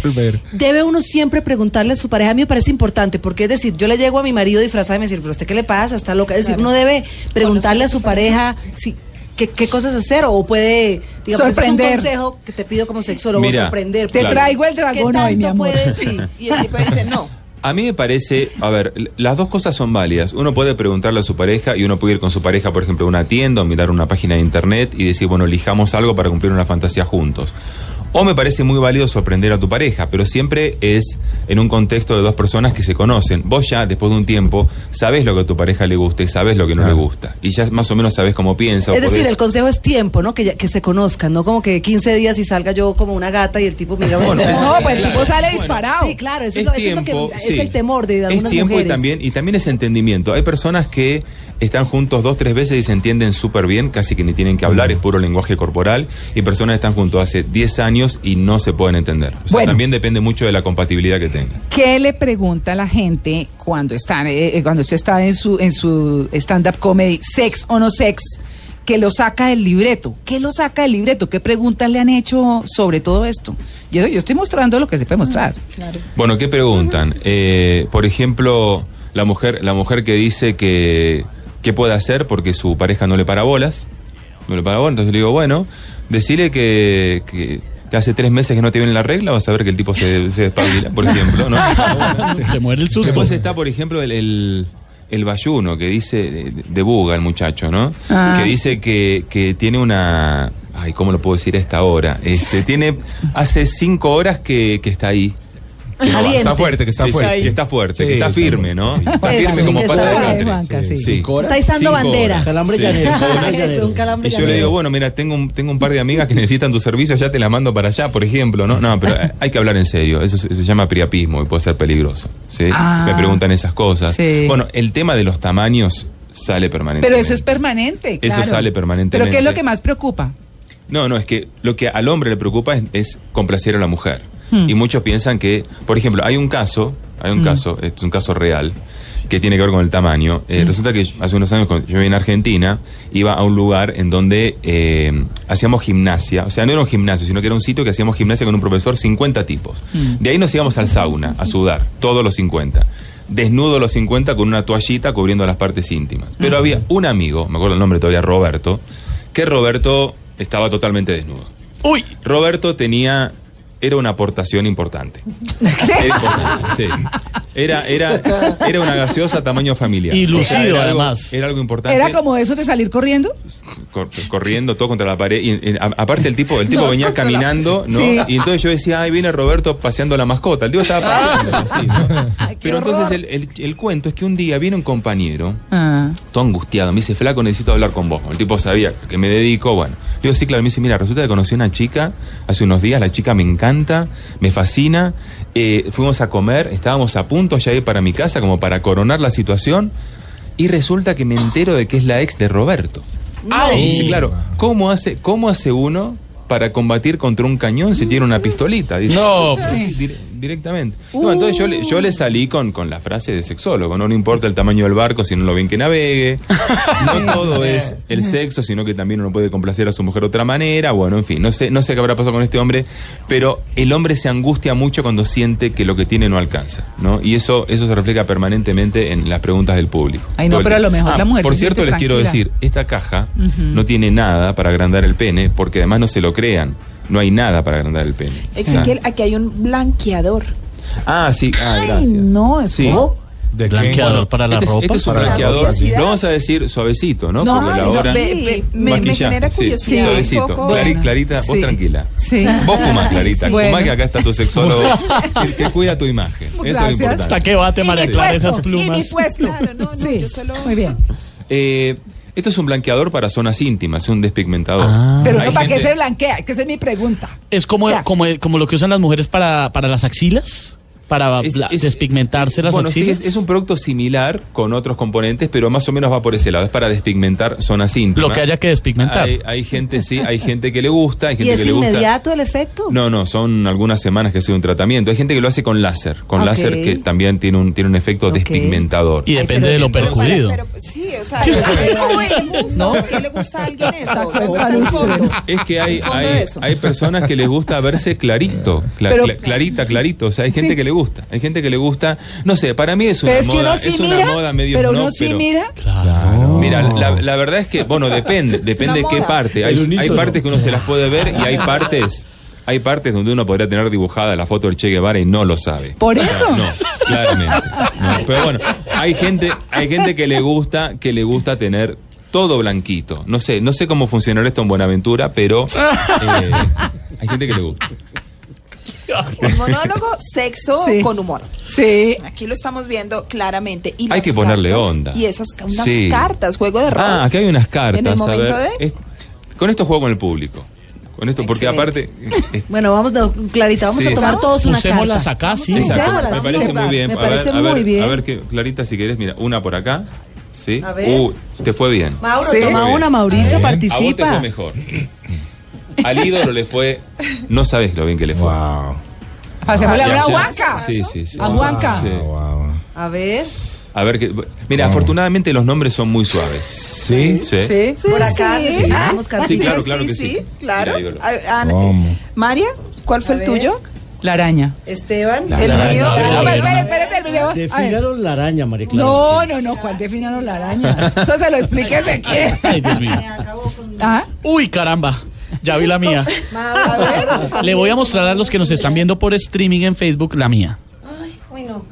debe uno siempre preguntarle a su pareja. A mí me parece importante, porque es decir, yo le llego a mi marido disfrazado y me decir, pero usted qué le pasa, está loca. Es decir, uno debe preguntarle a su pareja si qué, qué cosas hacer o puede digamos, ese
Sorprender.
Es un consejo que te pido como sexólogo
Mira,
sorprender.
Te
porque-
traigo
el dragón
¿Qué
hoy, mi
tanto
amor.
puede decir?
Y el tipo dice, no.
A mí me parece, a ver, l- las dos cosas son válidas. Uno puede preguntarle a su pareja y uno puede ir con su pareja, por ejemplo, a una tienda o mirar una página de internet y decir, bueno, elijamos algo para cumplir una fantasía juntos. O me parece muy válido sorprender a tu pareja, pero siempre es en un contexto de dos personas que se conocen. Vos ya, después de un tiempo, sabés lo que a tu pareja le gusta y sabés lo que no le gusta. Y ya más o menos sabés cómo piensa. o
Es decir,
podés-
el consejo es tiempo, ¿no? Que, ya- que se conozcan, ¿no? Como que 15 días y salga yo como una gata y el tipo me diga...
Bueno, es-
No, pues el tipo sale
Bueno,
disparado.
Sí, claro, eso es,
es
lo, eso es lo
tiempo,
que
sí.
es el temor de
Es
algunas
tiempo
mujeres.
y también, y también es entendimiento. Hay personas que están juntos dos, tres veces y se entienden súper bien, casi que ni tienen que hablar, es puro lenguaje corporal. Y personas que están juntos hace 10 años y no se pueden entender. O sea,
Bueno.
también depende mucho de la compatibilidad que tengan.
¿Qué le pregunta la gente cuando están, eh, eh, cuando usted está en su, en su stand-up comedy, sex o no sex, que lo saca del libreto? ¿Qué lo saca del libreto? ¿Qué preguntas le han hecho sobre todo esto? Yo, yo estoy mostrando lo que se puede mostrar.
Bueno, ¿qué preguntan? Eh, por ejemplo, la mujer, la mujer que dice que, que puede hacer porque su pareja no le para bolas. No le para bolas. Entonces le digo, bueno, decirle que, que- que hace tres meses que no te viene la regla, vas a ver que el tipo se, se despabila, por ejemplo, ¿no?
Se muere el susto.
Después pues, está, por ejemplo, el, el, el bayuno, que dice, de, de buga el muchacho, ¿no?
Ah.
Que dice que, que tiene una... Ay, ¿cómo lo puedo decir a esta hora? Este, tiene, hace cinco horas que, que está ahí.
Ah,
Que no va.
Caliente. Está fuerte, que está
Sí, sí,
fuerte.
que está fuerte,
Sí,
que está
está
firme, ¿no? Está
Eso,
firme como
que
pata
está-
de
Ay,
natre.
Juanca, sí.
Cinco horas.
Está izando
Cinco
bandera.
horas.
Calambre
Sí,
llanero.
cinco horas.
Eso, un calambre
Y yo le
llanero.
digo, bueno, mira, tengo un, tengo un par de amigas que necesitan tus servicios, ya te las mando para allá, por ejemplo, ¿no? No, pero eh, hay que hablar en serio. Eso, se- se llama priapismo y puede ser peligroso. ¿sí?
Ah.
Me preguntan esas cosas.
Sí.
Bueno, el tema de los tamaños sale permanentemente.
Pero eso es permanente.
Eso
claro.
sale permanentemente.
Pero ¿qué es lo que más preocupa?
No, no, es que lo que al hombre le preocupa es, es complacer a la mujer.
Hmm.
Y muchos piensan que, por ejemplo, hay un caso, hay un
Mm.
caso, esto es un caso real, que tiene que ver con el tamaño. Eh, Resulta que hace unos años, cuando yo vivía en Argentina, iba a un lugar en donde eh, hacíamos gimnasia. O sea, no era un gimnasio, sino que era un sitio que hacíamos gimnasia con un profesor, 50 tipos. De ahí nos íbamos al sauna, a sudar, todos los 50. Desnudo los 50 con una toallita cubriendo las partes íntimas. Pero había un amigo, me acuerdo el nombre todavía, Roberto, que Roberto estaba totalmente desnudo.
Uy.
Roberto tenía. Era una aportación importante. Era importante, sí. Era, era, era una gaseosa tamaño familiar.
Y
O sea,
lucido,
era algo-
además.
Era algo importante.
¿Era como eso de salir corriendo?
cor- corriendo todo contra la pared. Y, y, a- aparte el tipo, el tipo
No,
venía
contra la-
caminando, ¿no?
Sí.
Y entonces yo decía, ay, viene Roberto paseando la mascota. El tipo estaba
Ah.
paseando así, ¿no? Pero entonces el, el- el cuento es que un día viene un compañero,
Ah.
todo angustiado, me dice, flaco, necesito hablar con vos. El tipo sabía que me dedico, bueno. Le digo, sí, claro, me dice, mira, resulta que conocí a una chica hace unos días, la chica me encanta, me fascina, eh, fuimos a comer, estábamos a punto ya de ir para mi casa como para coronar la situación, y resulta que me entero de que es la ex de Roberto. Y dice, claro, ¿cómo hace, cómo hace uno para combatir contra un cañón si tiene una pistolita? Dice,
No,
Sí, dire- directamente. No, entonces yo le, yo le salí con, con la frase de sexólogo, no, no importa el tamaño del barco, sino lo bien que navegue. No todo es el sexo, sino que también uno puede complacer a su mujer de otra manera. Bueno, en fin, no sé, no sé qué habrá pasado con este hombre, pero el hombre se angustia mucho cuando siente que lo que tiene no alcanza, ¿no? Y eso, eso se refleja permanentemente en las preguntas del público.
Ay, no,
Todo el
pero a lo
tiempo.
mejor la mujer
Por
se
cierto,
siente
les quiero
tranquila.
decir, esta caja
Ujú.
no tiene nada para agrandar el pene, porque además no se lo crean. No hay nada para agrandar el pene.
Ezequiel, aquí hay un blanqueador.
Ah, sí. Ah,
Ay,
gracias.
no, es
Sí.
¿De
Blanqueador para la
este es-
ropa.
este es un
Para la
blanqueador.
ropa, sí.
Lo vamos a decir suavecito, ¿no?
No,
Porque la
no,
hora.
ve- ve- me-
me
maquillaje,
genera
sí,
curiosidad un
Suavecito.
poco.
Clari-
Bueno,
Clarita, vos
sí.
tranquila.
Sí.
Vos fumás, Clarita.
Bueno.
Fumás que acá está tu sexólogo que, que cuida tu imagen. Eso es lo
Gracias.
importante.
Hasta que bate María Clara esas plumas.
Claro, no, no, yo solo... Ah,
Muy bien.
Eh, esto es un blanqueador para zonas íntimas, un despigmentador.
Ah. Pero
Hay
no, ¿para qué
gente-
se blanquea? Que esa es mi pregunta.
Es como,
O sea-
como, como lo que usan las mujeres para, para las axilas, para
Es-
bla-
es-
despigmentarse las
Bueno, sí,
axilas.
es, es un producto similar con otros componentes, pero más o menos va por ese lado. Es para despigmentar zonas íntimas.
Lo que haya que despigmentar.
Hay, hay gente, sí, hay gente que le gusta, hay
¿Y
gente
es
que le gusta.
inmediato el efecto?
No, no, son algunas semanas que ha sido un tratamiento. Hay gente que lo hace con láser, con
Ok.
láser que también tiene un, tiene un efecto
Ok.
despigmentador.
Y depende de lo
Pero para-
percudido.
pero- sí, o sea, es como el gusto,
No.
¿por qué le gusta a alguien eso? Le
Exacto.
gusta el fondo.
Es que hay,
El fondo de
hay,
eso.
hay personas que les gusta verse clarito, cla-
Pero-
cla- clarita, clarito. O sea, hay gente que le gusta. Hay gente que le gusta. No sé, para mí es una
Pero es que
moda.
uno sí
es
mira,
una moda medio
pero uno
no,
sí mira.
Mira, la, la verdad es que, bueno, depende. Depende de qué
moda.
parte.
El
Hay, hay
unísono.
partes que uno se las puede ver y hay partes. Hay partes donde uno podría tener dibujada la foto del Che Guevara y no lo sabe.
Por
O sea,
eso.
No, claramente. No, pero bueno, hay gente, hay gente que le gusta, que le gusta tener todo blanquito. No sé, no sé cómo funcionará esto en Buenaventura, pero eh, hay gente que le gusta.
El monólogo, sexo
Sí.
con humor.
Sí.
Aquí lo estamos viendo claramente. Y
Hay
las
que ponerle
cartas,
onda.
Y esas ca- unas
Sí.
cartas, juego de rol.
Ah, aquí hay unas cartas.
En el
a
momento
ver.
de-
Es- con esto juego con el público. Con esto, porque aparte.
Bueno, vamos, no, Clarita, vamos
Sí,
a tomar
exacto.
todos una carta.
Usémoslas acá, sí.
Exacto,
Usémoslas,
Me parece
sí.
muy bien.
Me
a ver,
parece
a ver,
muy bien.
a ver que, Clarita, si querés, mira, una por acá. ¿Sí?
A ver.
Uh, te fue bien.
Mauro,
Te fue
toma
bien.
una, Mauricio, participa.
A vos te fue mejor. Al ídolo le fue. No sabes lo bien que le fue.
Hacémosle
Y
una
ayer-
huanca.
Sí, sí, sí.
A huanca.
Sí.
Ah,
A ver.
A ver, que, mira, afortunadamente los nombres son muy suaves. Sí, sí.
Por
acá,
sí.
necesitamos
cartas. Sí, claro, claro que sí.
claro.
Mira, ídolo.
Ah, ah, María, ¿cuál fue el tuyo?
La araña.
Esteban,
La
el
araña.
mío.
A ver,
Espera,
a ver,
espera, espera, terminemos. A ver.
Definaron la araña, María Clara.
No, no, no, ¿cuál definaron la araña? Eso se lo expliques de quién.
Ay, Dios mío.
¿Ah?
Uy, caramba. Ya vi la mía.
A ver.
Le voy a mostrar a los que nos están viendo por streaming en Facebook la mía.
Bueno,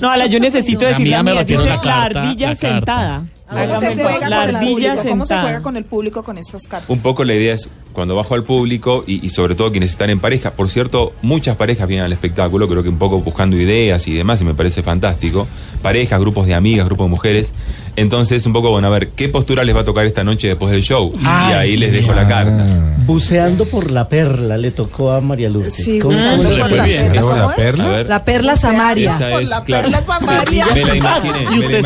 No, Ala, yo necesito
La
decir
mía
la
me
mía.
refiero
Dice
a
la,
la carta,
ardilla
la carta.
sentada.
¿cómo se
Hágame
juega
la
con
ardilla
el público? ¿Cómo se juega
sentada.
con el público con estas cartas?
Un poco la idea es cuando bajo al público y, y sobre todo quienes están en pareja. Por cierto, muchas parejas vienen al espectáculo, creo que un poco buscando ideas y demás, y me parece fantástico. Parejas, grupos de amigas, grupos de mujeres. Entonces, un poco, bueno, a ver, ¿qué postura les va a tocar esta noche después del show? y ahí les dejo la carta.
Buceando por la perla le tocó a María Lourdes.
Sí,
¿Cómo
buceando
se llama?
por la ¿Le fue perla. bien? ¿Cómo ¿La es? perla?
A ver.
La perla Samaria.
Esa es,
la
claro.
perla
Samaria.
Sí, me la imaginé. me la imaginé.
Esa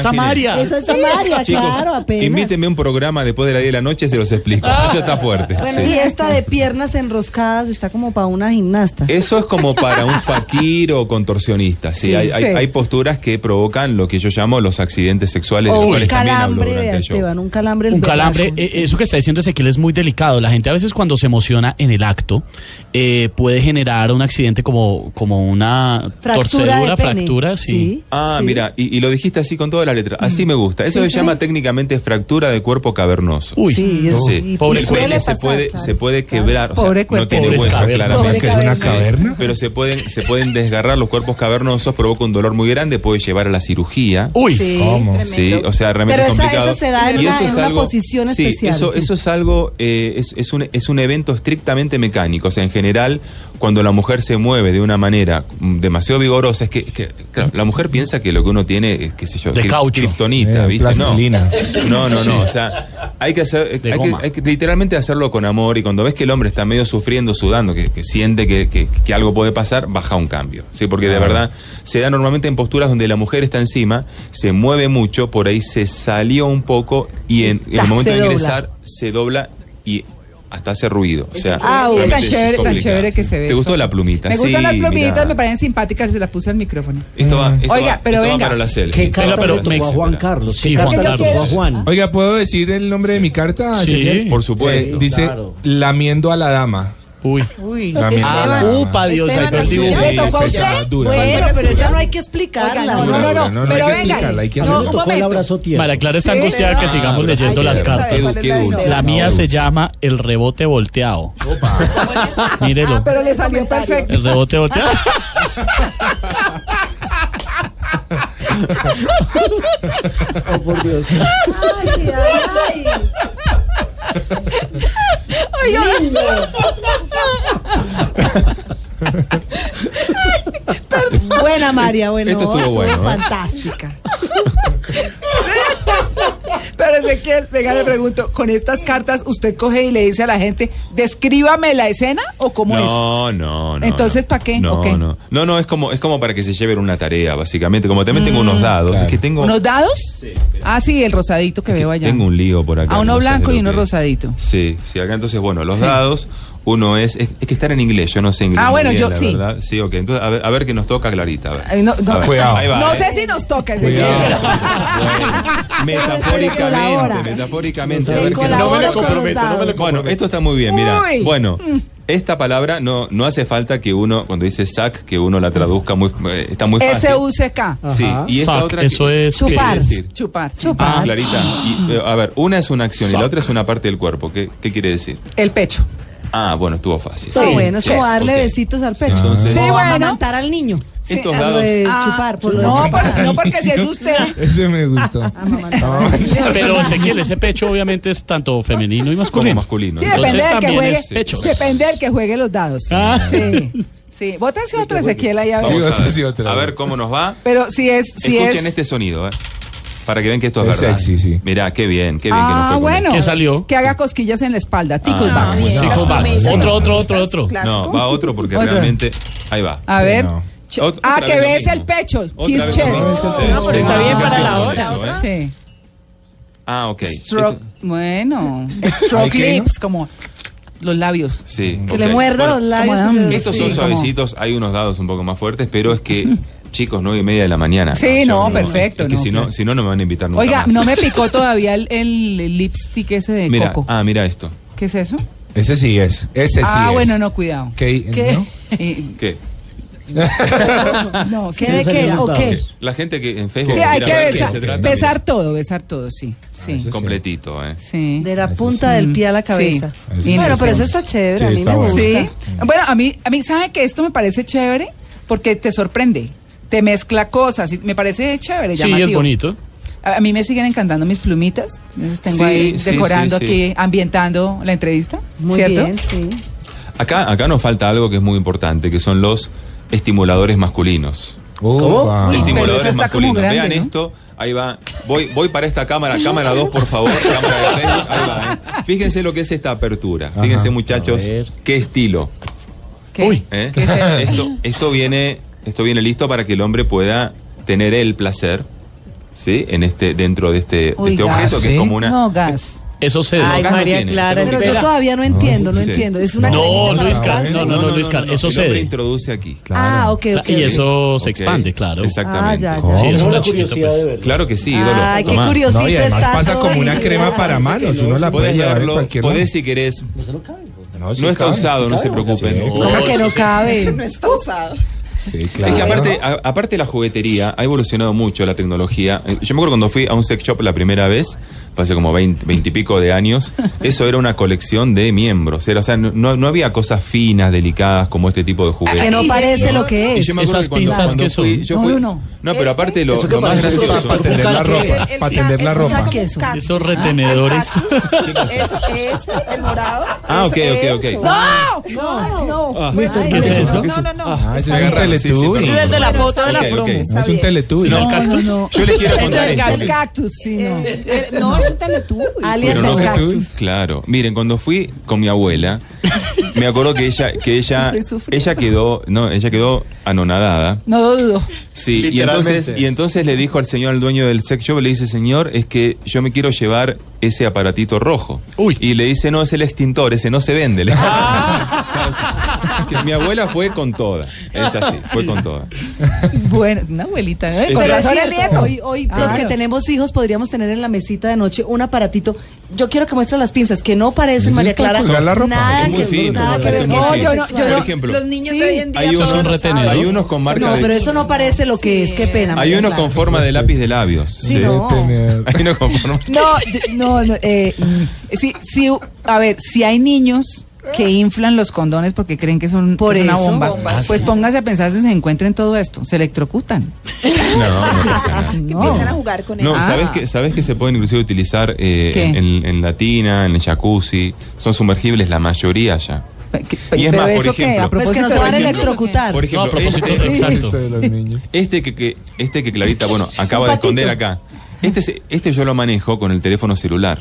es Samaria,
Chicos,
claro, apenas. Ah.
Invítenme a un programa después de la 10 de la noche, se los explico. Eso está fuerte.
Bueno,
sí.
y esta de piernas enroscadas está como para una gimnasta.
Eso es como para un fakir o contorsionista. Sí,
Sí,
hay, hay-
sí.
hay posturas que provocan lo que yo llamo los accidentes sexuales, de
O
los
un
cuales también hablo
calambre,
durante
vea,
el show.
Esteban, un calambre. el
Un calambre,
besaco.
eh, eso que está diciendo Ezequiel es muy delicado. La gente a veces cuando se emociona en el acto eh, puede generar un accidente como, como una
Fractura de
torcedura,
pene.
fractura, sí.
Ah, mira, y, y lo dijiste así con toda la letra. Así me gusta. Eso
Sí,
se
sí.
llama técnicamente fractura de cuerpo cavernoso.
Uy. Sí, es- y-
Pobre
y
el
suele
pene se
pasar,
puede,
claro.
se puede quebrar. o sea,
Pobre
no
cuerpo.
tiene
Pobre
hueso,
caverna.
claramente.
Pobre ¿Que es una caverna. caverna?
Pero se pueden, se pueden desgarrar los cuerpos cavernosos, provoca un dolor muy grande, puede llevar a la cirugía.
Uy,
Sí,
Sí, o sea, realmente
Pero
es
esa-
complicado.
esa se da en
Y
una-
eso
en
es
una
algo-
posición
sí,
especial.
Eso, eso es algo, eh, es, es un, es un evento estrictamente mecánico. O sea, en general, cuando la mujer se mueve de una manera mm, demasiado vigorosa, es que, es que, claro, la mujer piensa que lo que uno tiene es, qué sé yo,
De
cri-
caucho.
kriptonita,
Eh,
¿viste?
plastilina.
No, no, no, no. O sea, hay que hacer, hay que,
goma.
hay que literalmente hacerlo con amor. Y cuando ves que el hombre está medio sufriendo, sudando, que, que siente que, que- que algo puede pasar, baja un cambio. Sí, porque de
Ah.
verdad se da normalmente en posturas donde la mujer está encima, se mueve mucho, por ahí se salió un poco y en, en
Ta,
el momento
se
de
dobla.
ingresar se dobla y hasta hace ruido. O sea,
Ah, uy,
realmente
tan
es
chévere, tan
complicado.
chévere que se ve.
¿Te
esto.
gustó la plumita?
Me gustan
Sí,
las plumitas,
mira.
me parecen simpáticas, se las puse al micrófono.
Esto va, esto
Oiga,
va-
pero
esto va
venga.
para la selfie.
¿Qué carta
Pero-
le tocó a Juan Carlos? ¿Qué
Sí,
carta
Juan
le
Carlos.
tocó a Juan?
Oiga, ¿puedo decir el nombre de mi carta?
Sí,
Ezequiel?
por
supuesto.
dice,
Claro.
lamiendo a la dama.
Uy.
Uy.
Ah, upa, Dios, ahí perdí
Sí,
un-
sí, sí, está dura.
Bueno,
Dura,
pero
dura.
ya no hay que explicarla.
no, no, no, no, no hay que explicarla, hay que hacerlo.
un
Tocó el
momento.
abrazo tierno.
María Clara está
Sí,
angustiada que
¿verdad?
sigamos
Ah,
leyendo
hay
las
que
cartas.
saber cuál es la de Esteban.
La mía se
Dulce.
llama el rebote volteado. Mírelo.
Pero le salió perfecto.
El rebote volteado.
Oh, por Dios.
Ay, ay.
Ay, ay.
Buena María, bueno,
Esto estuvo bueno, ¿eh?
fantástica.
Pero Ezequiel, venga, le pregunto, con estas cartas usted coge y le dice a la gente, descríbame la escena o cómo es.
No, no, no.
Entonces, ¿para qué? ¿O
No,
qué?
no. No, no, es como, es como para que se lleven una tarea, básicamente. Como también tengo unos dados. Es que tengo,
Mm, ¿Unos dados? ah, sí, el rosadito que veo allá.
tengo un lío por acá.
a uno
no sé de
blanco
lo
y uno
que-
rosadito.
Sí, sí, acá entonces, bueno, los dados, Uno es, es, es que estar en inglés, yo no sé inglés.
Ah,
muy
bueno,
bien,
yo
la
sí.
verdad. Sí, ok, entonces a ver, a ver qué nos toca Clarita. a ver.
Ay, No, no.
A ver, ahí va,
No
¿eh?
sé si nos toca ese
Cuidado.
día.
Metafóricamente, metafóricamente. a
Él
ver qué-
colabora No me lo con los comprometo, no me lo dados.
Bueno, esto está muy bien, mira.
Uy. Mm.
Bueno. Esta palabra no, no hace falta que uno, cuando dice sac, que uno la traduzca muy, eh, está muy fácil.
S-U-C-K.
Sí, y esta
Sac,
otra que-
eso es
¿qué Ah, quiere
Chupar.
decir?
Chupar.
Ah,
Chupar.
Clarita. y, eh, a ver, una es una acción y la otra es una parte del cuerpo. ¿Qué, qué quiere decir?
El pecho.
Ah, bueno, estuvo fácil.
Está bueno, es como
Yes,
darle
ok.
besitos al pecho.
Entonces- Sí,
como
bueno.
amamantar al niño.
Estos
Sí,
dados-
lo de
Ah,
chupar, por lo de
No,
chupar.
por- no porque si es usted.
Ese me gustó.
Pero Ezequiel, ese pecho obviamente es tanto femenino y masculino. masculino.
Sí, depende del que juegue.
pecho.
Depende del que juegue los dados.
Ah.
Sí. Sí. Bótase otro Ezequiel ahí a ver.
Vamos a, ver, a ver cómo nos va.
Pero si es, si es.
Escuchen este sonido, eh, Para que vean que esto es,
Es
verdad.
sexy, sí.
Mirá, qué bien, qué bien que nos
ah,
fue con
bueno.
esto.
Que haga cosquillas en la espalda. Tickleback.
Ah, bien.
Sí,
Las
compa.
promesas,
Otro,
las
otro,
promesas,
otro, otro.
No, va otro porque
Otro.
realmente. Ahí va.
A ver. Ch-
Ot-
ah,
otra
que
vez lo
ves
mismo.
el pecho.
Otra
Kiss
vez lo
chest.
mismo. Sí, No, pero sí, está sí, bien sí, para sí, la sí, hora. otra.
Sí.
Ah, ok.
Stroke.
Esto-
Bueno. Stroke
¿qué?
lips, como los labios.
Sí.
Que
ok.
le muerda
Bueno,
los labios Como que se-
Estos
sí,
son
como-
suavecitos, hay unos dados un poco más fuertes, pero es que, chicos, nueve y media de la mañana.
Sí, no,
yo
perfecto,
es que
no,
si no, si no, no me van a invitar nunca
Oiga,
más.
no me picó todavía el, el lipstick ese de
Mira,
coco.
ah, Este mira esto.
¿Qué es eso?
Ese sí es. Ese sí
ah,
es.
bueno, no, cuidado.
¿Qué? ¿no?
Eh,
¿Qué?
no,
¿Qué de qué o qué?
La gente que en Facebook.
Sí, hay
mira,
que
a ver de qué
besar,
se trata, mira. Ah,
besar todo, besar todo, sí. sí.
Completito, ¿eh?
Sí.
De la punta del pie a la cabeza.
Eso
Bueno,
sí.
pero eso está chévere,
Sí,
a mí
está
me
bueno.
gusta.
Sí. Bueno, a mí, a mí, ¿sabe que esto me parece chévere? Porque te sorprende, te mezcla cosas, y me parece chévere,
Sí,
llamativo.
es bonito.
A, a mí me siguen encantando mis plumitas, entonces tengo
Sí,
ahí
sí,
decorando
sí, sí.
aquí, ambientando la entrevista,
Muy
¿cierto?
bien, sí.
Acá, acá nos falta algo que es muy importante, que son los estimuladores masculinos.
Opa.
Uy, pero eso
Estimuladores
está como
masculinos.
grande,
Vean
¿no?
esto. Ahí va. Voy, voy para esta cámara, cámara 2, por favor. Cámara de Facebook. Ahí va. ¿eh? Fíjense lo que es esta apertura. Fíjense, muchachos, qué estilo.
¿Qué?
¿eh?
¿Qué es esto?
esto, esto viene, esto viene listo para que el hombre pueda tener el placer, ¿sí? En este, dentro de este, de
Uy,
este
gas.
objeto, que es como una.
No, gas.
Eso se
Ay,
Gas no
María
tiene,
Clara,
pero
Pero yo
espera.
todavía no entiendo, no
Sí.
entiendo. Es una
No,
cremita
Luis
para
Carlos, no,
los
no,
No,
no,
no,
Luis
no,
Carlos,
no,
eso
el hombre
cede.
introduce aquí.
Ah, ok, ok.
Y eso
Ok,
se expande, claro.
Exactamente.
Ah, ya, ya.
Sí, eso
Una
está chiquito,
curiosidad
pues.
de verdad.
Claro que sí, ídolo.
Ay, qué
Tomá.
curiosito
No, y
está
además pasa
todo
como una
ahí.
crema para manos. Uno la puede
Podés
llevar en
verlo,
cualquier
podés si querés.
No, sí
No está
cabe,
usado,
sí
no se
cabe.
preocupen.
Sí,
¿Cómo que no cabe?
No está usado.
Sí,
Es
claro.
que aparte, a- aparte la juguetería ha evolucionado mucho la tecnología. Eh, Yo me acuerdo cuando fui a un sex shop la primera vez, fue hace como 20, 20 y pico de años, eso era una colección de miembros. Era, o sea, no, no había cosas finas, delicadas como este tipo de juguetes.
Ah, Que no parece lo que
Y
es.
yo me acuerdo
Esas
que cuando,
pinzas
cuando
que
fui,
son.
yo
No,
fui-
no,
no,
no.
pero aparte lo,
Eso que
lo más
parece
gracioso.
Para tender la ropa.
El- el
Para tender la
cactus,
ropa.
¿sabe qué es un cactus?
Esos retenedores.
Eso, ese, el morado.
Ah, ok,
ese,
ok, ok.
eso.
¡No! No, no.
Ah,
Ay,
¿Qué es
no,
eso?
No, no, no.
Ah, ese
Está
es un
bien.
Agarra- sí, sí,
teletubby.
perdón.
Es el de la foto de la
Ok, ok.
promo.
No es un
bien.
teletubby.
No,
No, no,
cactus.
no.
Yo les quiero contar
el
esto.
El cactus, sí, no.
Eh, eh, no, es un teletubby.
Alias
Pero
el
no-
cactus.
Claro. Miren, cuando fui con mi abuela, me acuerdo que ella, que ella,
Estoy sufriendo.
ella quedó, no, ella quedó anonadada.
No lo dudo.
Sí, y
Literalmente.
entonces, y entonces le dijo al señor, al dueño del sex shop, le dice, señor, es que yo me quiero llevar ese aparatito rojo.
Uy.
Y le dice, no, es el extintor, ese no se vende. Le- Que mi abuela fue con toda. Es así, fue con toda.
Bueno, una abuelita. ¿eh?
Pero
Con
Pero es
razón el
cierto,
nieto.
hoy, hoy
Claro.
los que tenemos hijos podríamos tener en la mesita de noche un aparatito. Yo quiero que muestre las pinzas, que no parecen,
Sí,
María
para
Clara.
colgar la ropa.
Nada
Es muy
que,
fino,
nada que
es
ver
muy
con
fino.
lo
No, yo no-
sexual.
yo Por no- ejemplo.
los niños
Sí.
de hoy en día
Hay
todos
unos
lo saben.
retenedores.
Hay unos con marca
No,
de...
pero eso no parece lo que es, qué pena.
Hay
María
unos
Clara.
con forma de lápiz de labios.
Sí, no.
Tener-
Hay unos con forma...
No, yo- no, no, eh, mm, sí, sí, a ver, si hay niños que inflan los condones porque creen que son
Por
que es una
eso,
bomba,
bombas.
pues póngase a pensar si se encuentran todo esto, se electrocutan.
No, no pasa nada.
Que
No.
empiezan a jugar con él.
No,
Ah.
¿sabes, que, ¿sabes que se pueden inclusive utilizar eh,
¿Qué?
en, en la tina, en el jacuzzi? Son sumergibles la mayoría ya.
Que-
Y es
pero
más, por
eso que
ejemplo-
a
Pues
propósito
que no se
de-
van a
ejemplo-
electrocutar.
Por
No, a
ejemplo,
propósito,
este,
exacto.
de los niños.
este que, que- este que Clarita, bueno, acaba de esconder acá. Este, se- este yo lo manejo con el teléfono celular.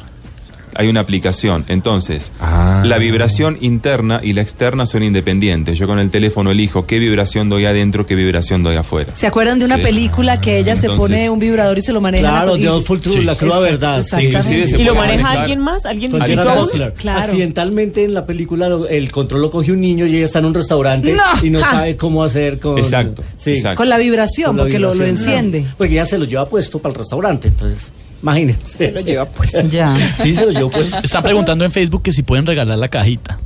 Hay una aplicación. Entonces,
Ah.
la vibración interna y la externa son independientes. Yo con el teléfono elijo qué vibración doy adentro, qué vibración doy afuera.
¿Se acuerdan de una
Sí.
película que ella se
Entonces-
pone un vibrador y se lo maneja?
Claro,
de
The Awful Truth, la cruda verdad. sí.
Inclusive se
¿Y lo
puede
maneja
manejar-
alguien más? ¿Alguien
Con
más?
Jenna
¿Todos?
Butler.
Claro.
Accidentalmente en la película lo- el control lo coge un niño y ella está en un restaurante
No.
y no
Ja.
sabe cómo hacer con
Exacto,
sí.
exacto.
Con la vibración,
Con la
porque lo- lo enciende.
No, porque ella se lo lleva puesto para el restaurante, entonces, imagínense. Se lo lleva puesto.
Ya.
Sí, se lo llevo puesto.
Está preguntando en Facebook que si pueden regalar la cajita.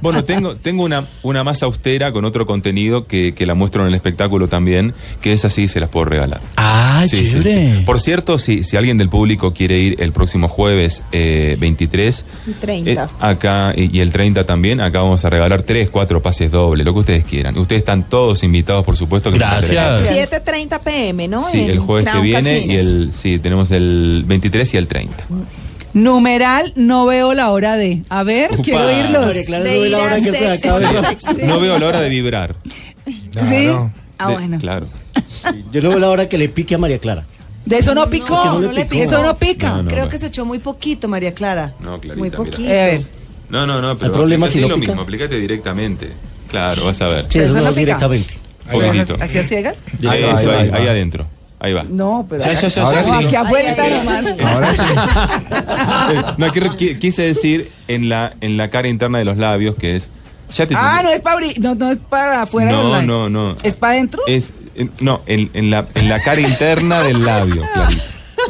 Bueno, tengo, tengo una, una más austera con otro contenido que, que la muestro en el espectáculo también, que es así, se las puedo regalar.
Ah,
Sí, sí,
chévere.
sí. Por cierto, si, si alguien del público quiere ir el próximo jueves eh, 23, eh, acá y, y el 30 también, acá vamos a regalar 3, 4 pases dobles, lo que ustedes quieran. Ustedes están todos invitados, por supuesto. Que nos encantaría.
7.30 pm, ¿no?
Sí,
En
el jueves que
Crown
viene y
Casinos.
el sí, tenemos el 23 y el 30.
Numeral, no veo la hora de. A ver,
Upa.
quiero oírlos.
María Clara, no De veo la ir a hora que se sexo, acabe.
No veo la hora de vibrar.
¿Sí?
Ah,
Ah,
De- Claro.
Yo no veo la hora que le pique a María Clara.
De eso no picó.
No,
Es que no le
no le
picó.
pica. Eso no pica.
No, no,
Creo
no.
que se echó muy poquito, María Clara.
No, Clarita,
muy
mira.
poquito.
Eh, a
ver.
No, no, no, pero
Hay problema
aplicate
si no
lo
pica.
mismo, aplicate directamente. Claro, vas a ver.
Sí, eso Eso no no pica. directamente.
Poquitito.
¿Así a ciegas?
Ahí,
Ahí
eso,
va,
ahí,
ahí va.
ahí adentro. Ahí va.
No, pero
Ya, ya, ya,
Ahora
ya,
sí.
sí.
aquí afuera nomás.
Ahora sí.
Ah.
Eh, No, quiero- qui- quise decir en la, en la cara interna de los labios que es. Ya te
Ah, no es para abrir, no, no es para afuera. del
no,
line.
no, no. Eh,
¿Es para adentro?
Es, en- no, en, en la, en la cara interna del labio, Clarita.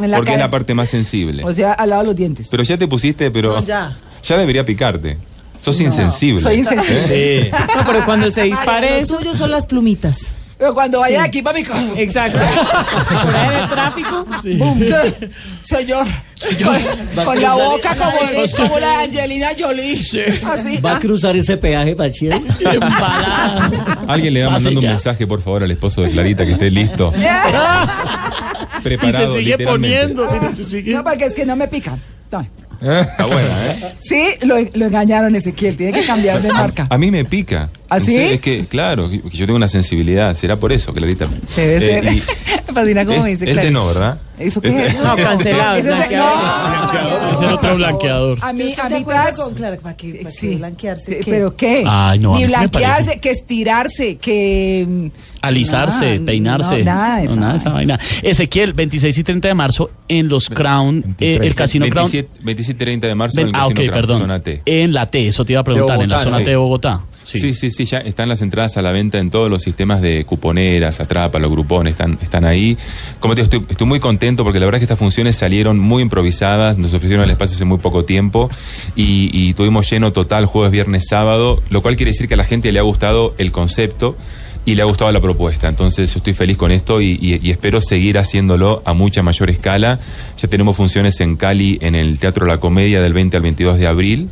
En la
porque es
cara.
la parte más sensible.
O sea, al lado de los dientes.
Pero ya te pusiste, pero.
No, ya.
ya debería picarte. Sos insensible.
Soy insensible.
¿Eh?
No, pero cuando se
María,
dispare
lo
eso.
tuyo son las plumitas.
Pero cuando vaya
Sí.
de aquí para mi casa.
Exacto. Por ahí en el tráfico.
Boom. Señor. Con, con la boca como, como la de Angelina Jolie. Así.
Ah.
Va a cruzar ese peaje, Pachía.
Alguien le va mandando un mensaje, por favor, al esposo de Clarita que esté listo. Preparado, literalmente.
No, porque es que no me pica. No.
Está buena, ¿eh?
Sí, lo, lo engañaron Ezequiel, tiene que cambiar de marca.
A mí me pica.
¿Ah,
En
sí?
serio, Es que, claro, que yo tengo una sensibilidad. Será por eso, Clarita.
Debe
Eh,
ser.
y-
Me fascina cómo
es-
me dice
este
Clara.
no, ¿verdad?
¿Eso qué es?
Este- No,
cancelado,
Eso es-
blanqueado.
no.
Ese era otro blanqueador.
A
Yo
mí,
estoy
a
de
mí
acuerdo
tras-
con Clara, para que, para que blanquearse. ¿qué?
¿Pero qué?
Ay, no, a
Ni
mí sí me
blanquearse,
parece.
que estirarse, que. mm,
Alisarse,
nada,
peinarse.
no, nada de
No,
eso.
nada de esa vaina. Ezequiel, 26 y 30 de marzo en los Crown, eh, el casino Crown.
27, 27 y 30 de marzo en
Ven-
el
ah, ok,
Casino Crown,
perdón.
zona T.
En la T, eso te iba a preguntar, en la
Bogotá,
zona
sí.
T de Bogotá.
Sí. sí, sí, ya están las entradas a la venta en todos los sistemas de cuponeras, atrapa, los grupones, están, están ahí. Como te digo, estoy, estoy muy contento porque la verdad es que estas funciones salieron muy improvisadas, nos ofrecieron el espacio hace muy poco tiempo y, y tuvimos lleno total jueves, viernes, sábado, lo cual quiere decir que a la gente le ha gustado el concepto y le ha gustado la propuesta. Entonces yo estoy feliz con esto y, y- y espero seguir haciéndolo a mucha mayor escala. Ya tenemos funciones en Cali, en el Teatro La Comedia del 20 al 22 de abril.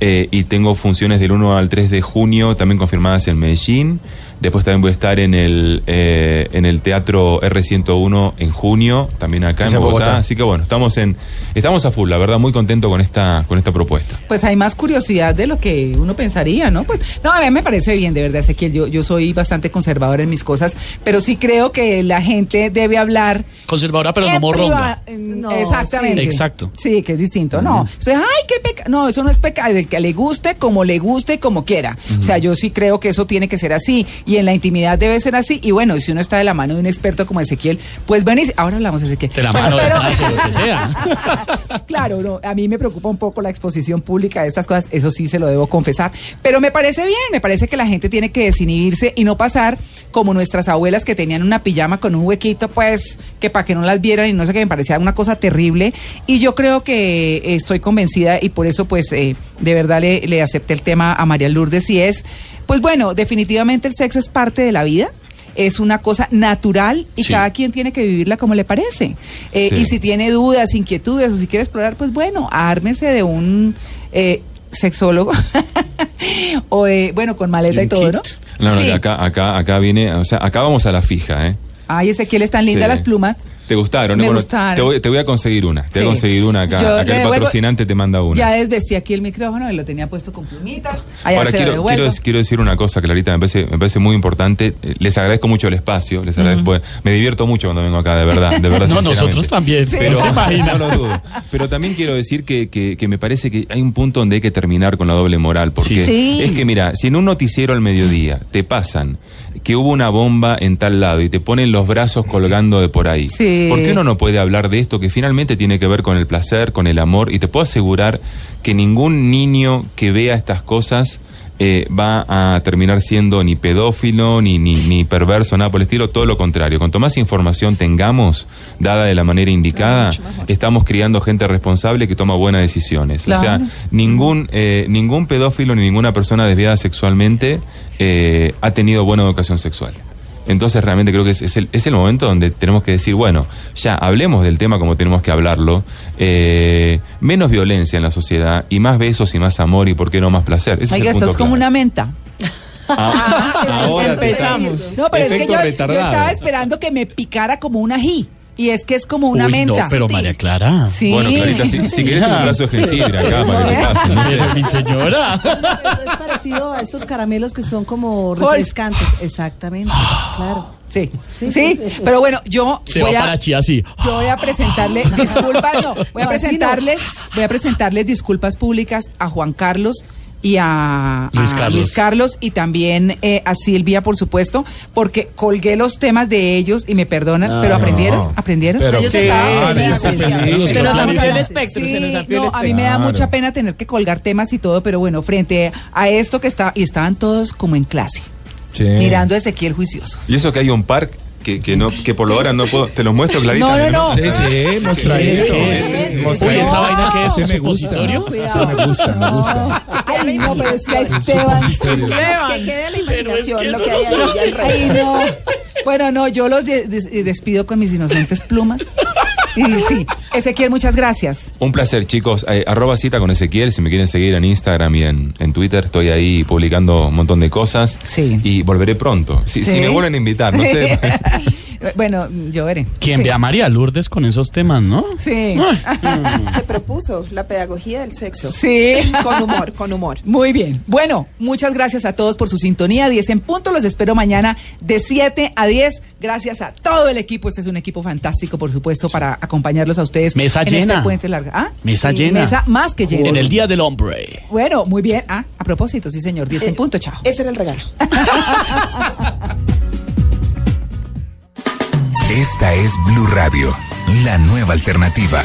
Eh, y tengo funciones del 1 al 3 de junio también confirmadas en Medellín. Después también voy a estar en el, eh, en el Teatro R101 en junio, también acá
Es
en
en
Bogotá.
Bogotá.
Así que bueno, estamos en estamos a full, la verdad, muy contento con esta, con esta propuesta.
Pues hay más curiosidad de lo que uno pensaría, ¿no? Pues no, a mí me parece bien, de verdad, Ezequiel. Yo, yo soy bastante conservadora en mis cosas, pero sí creo que la gente debe hablar.
Conservadora, pero no
en
morronga.
priva- en- exactamente.
sí. Exacto.
Sí, que es distinto. No, o sea, ay, qué pecado. No, eso no es pecado. El que le guste, como le guste, como quiera. O sea, yo sí creo que eso tiene que ser así. Y en la intimidad debe ser así. Y bueno, si uno está de la mano de un experto como Ezequiel, pues ven y. Ahora hablamos, Ezequiel.
De la
Bueno,
mano, de
pero-
brazo, lo que sea.
Claro, no, a mí me preocupa un poco la exposición pública de estas cosas, eso sí se lo debo confesar, pero me parece bien, me parece que la gente tiene que desinhibirse y no pasar como nuestras abuelas que tenían una pijama con un huequito, pues, que para que no las vieran y no sé qué, me parecía una cosa terrible y yo creo que eh, estoy convencida y por eso, pues, eh, de verdad le, le acepté el tema a María Lourdes y es, pues bueno, definitivamente el sexo es parte de la vida. Es una cosa natural y
Sí.
cada quien tiene que vivirla como le parece. Eh,
Sí.
Y si tiene dudas, inquietudes o si quiere explorar, pues bueno, ármese de un eh, sexólogo o de, bueno, con maleta y todo, ¿no?
No, no,
Sí.
acá, acá, acá viene, o sea, acá vamos a la fija, ¿eh?
Ay, Ezequiel, están lindas
Sí.
las plumas.
Te gustaron,
Me
eh? Bueno,
gustaron.
Te, voy, te voy a conseguir una. Te voy
Sí.
a conseguir una acá.
Yo
acá
le
el
devuelvo-
patrocinante te manda una.
Ya desvestí aquí el micrófono y lo tenía puesto con plumitas. Allá
Ahora
se lo
quiero,
devuelvo.
quiero, quiero decir una cosa, Clarita, me parece, me parece muy importante. Eh, Les agradezco mucho el espacio, les agradezco. Me divierto mucho cuando vengo acá, de verdad, de verdad.
No,
sinceramente.
nosotros también,
Sí.
pero
Pero-
se imagina.
no lo dudo. Pero también quiero decir que, que- que me parece que hay un punto donde hay que terminar con la doble moral.
Sí.
Porque
Sí.
es que, mira, si en un noticiero al mediodía te pasan que hubo una bomba en tal lado y te ponen los brazos colgando de por ahí,
Sí.
¿por qué uno no puede hablar de esto que finalmente tiene que ver con el placer, con el amor? Y te puedo asegurar que ningún niño que vea estas cosas... eh, va a terminar siendo ni pedófilo, ni, ni, ni perverso, nada por el estilo, todo lo contrario. Cuanto más información tengamos, dada de la manera indicada, estamos criando gente responsable que toma buenas decisiones. O sea,
Claro.
ningún, eh, ningún pedófilo ni ninguna persona desviada sexualmente eh, ha tenido buena educación sexual. Entonces realmente creo que es, es el, es el momento donde tenemos que decir, bueno, ya hablemos del tema como tenemos que hablarlo, eh, menos violencia en la sociedad y más besos y más amor y por qué no más placer. Ese
Oiga,
es el
esto
punto
es como
clave. Ah,
una menta. Ah,
ahora te
Empezamos.
caes.
No, pero
Efecto
es que yo- yo,
retardado.
estaba esperando que me picara como un ají. Y es que es como una
Uy,
menta.
No, pero María Clara.
Sí.
Bueno, Clarita, si, si querés un brazo de jengibre acá para que te pase, no sé.
Pero, mi señora.
Es parecido a estos caramelos que son como refrescantes. Exactamente, claro.
Sí, sí, pero bueno, yo
Se
voy
va
a-
para Chía así.
Yo voy a presentarle disculpas, no, voy a
No, así
presentarles, voy a presentarles disculpas públicas a Juan Carlos y a a
Luis Carlos.
Carlos y también eh, a Silvia, por supuesto, porque colgué los temas de ellos y me perdonan,
Ah,
pero
no.
aprendieron, aprendieron.
Pero
ellos
sí,
estaban
claro,
felices.
está feliz. Se nos amplió el espectro, se nos amplió el
no, a mí me da
espectro.
mucha pena tener que colgar temas y todo, pero bueno, frente a esto que está y estaban todos como en clase, mirando a Ezequiel juicioso.
Y eso que hay un par que, que, no, que por lo ahora no puedo. Te los muestro clarita.
No, no, no.
Sí, sí, mostra
¿Qué
esto.
es? ¿Qué es?
Mostra
Oye,
esto.
esa vaina que es,
Ese
¿un
me gusta.
supositorio?
Ese me gusta, me gusta.
Ay, no, pero es que
Esteban.
Esteban. Que quede la imaginación lo que hay ahí. al
Ay,
resto.
no. Bueno, no, yo los de- des- eh, despido con mis inocentes plumas. Y sí, Ezequiel, muchas gracias.
Un placer, chicos. Eh, arroba cita con Ezequiel. Si me quieren seguir en Instagram y en, en Twitter, estoy ahí publicando un montón de cosas.
Sí.
Y volveré pronto. Si, si
Sí.
me vuelven a invitar, no sé.
Bueno, yo veré.
Quien
Sí.
ve a María Lourdes con esos temas, ¿no?
Sí.
Se propuso la pedagogía del sexo.
Sí.
Con humor, con humor.
Muy bien. Bueno, muchas gracias a todos por su sintonía. 10 en punto. Los espero mañana de 7 a 10. Gracias a todo el equipo. Este es un equipo fantástico, por supuesto, para acompañarlos a ustedes.
Mesa
en
llena.
Este puente larga. ¿Ah?
Mesa llena.
Mesa más que llena.
En el Día del Hombre.
Bueno, muy bien. Ah, a propósito, sí, señor. 10 en punto. Chao.
Ese era el regalo.
Esta es Blue Radio, la nueva alternativa.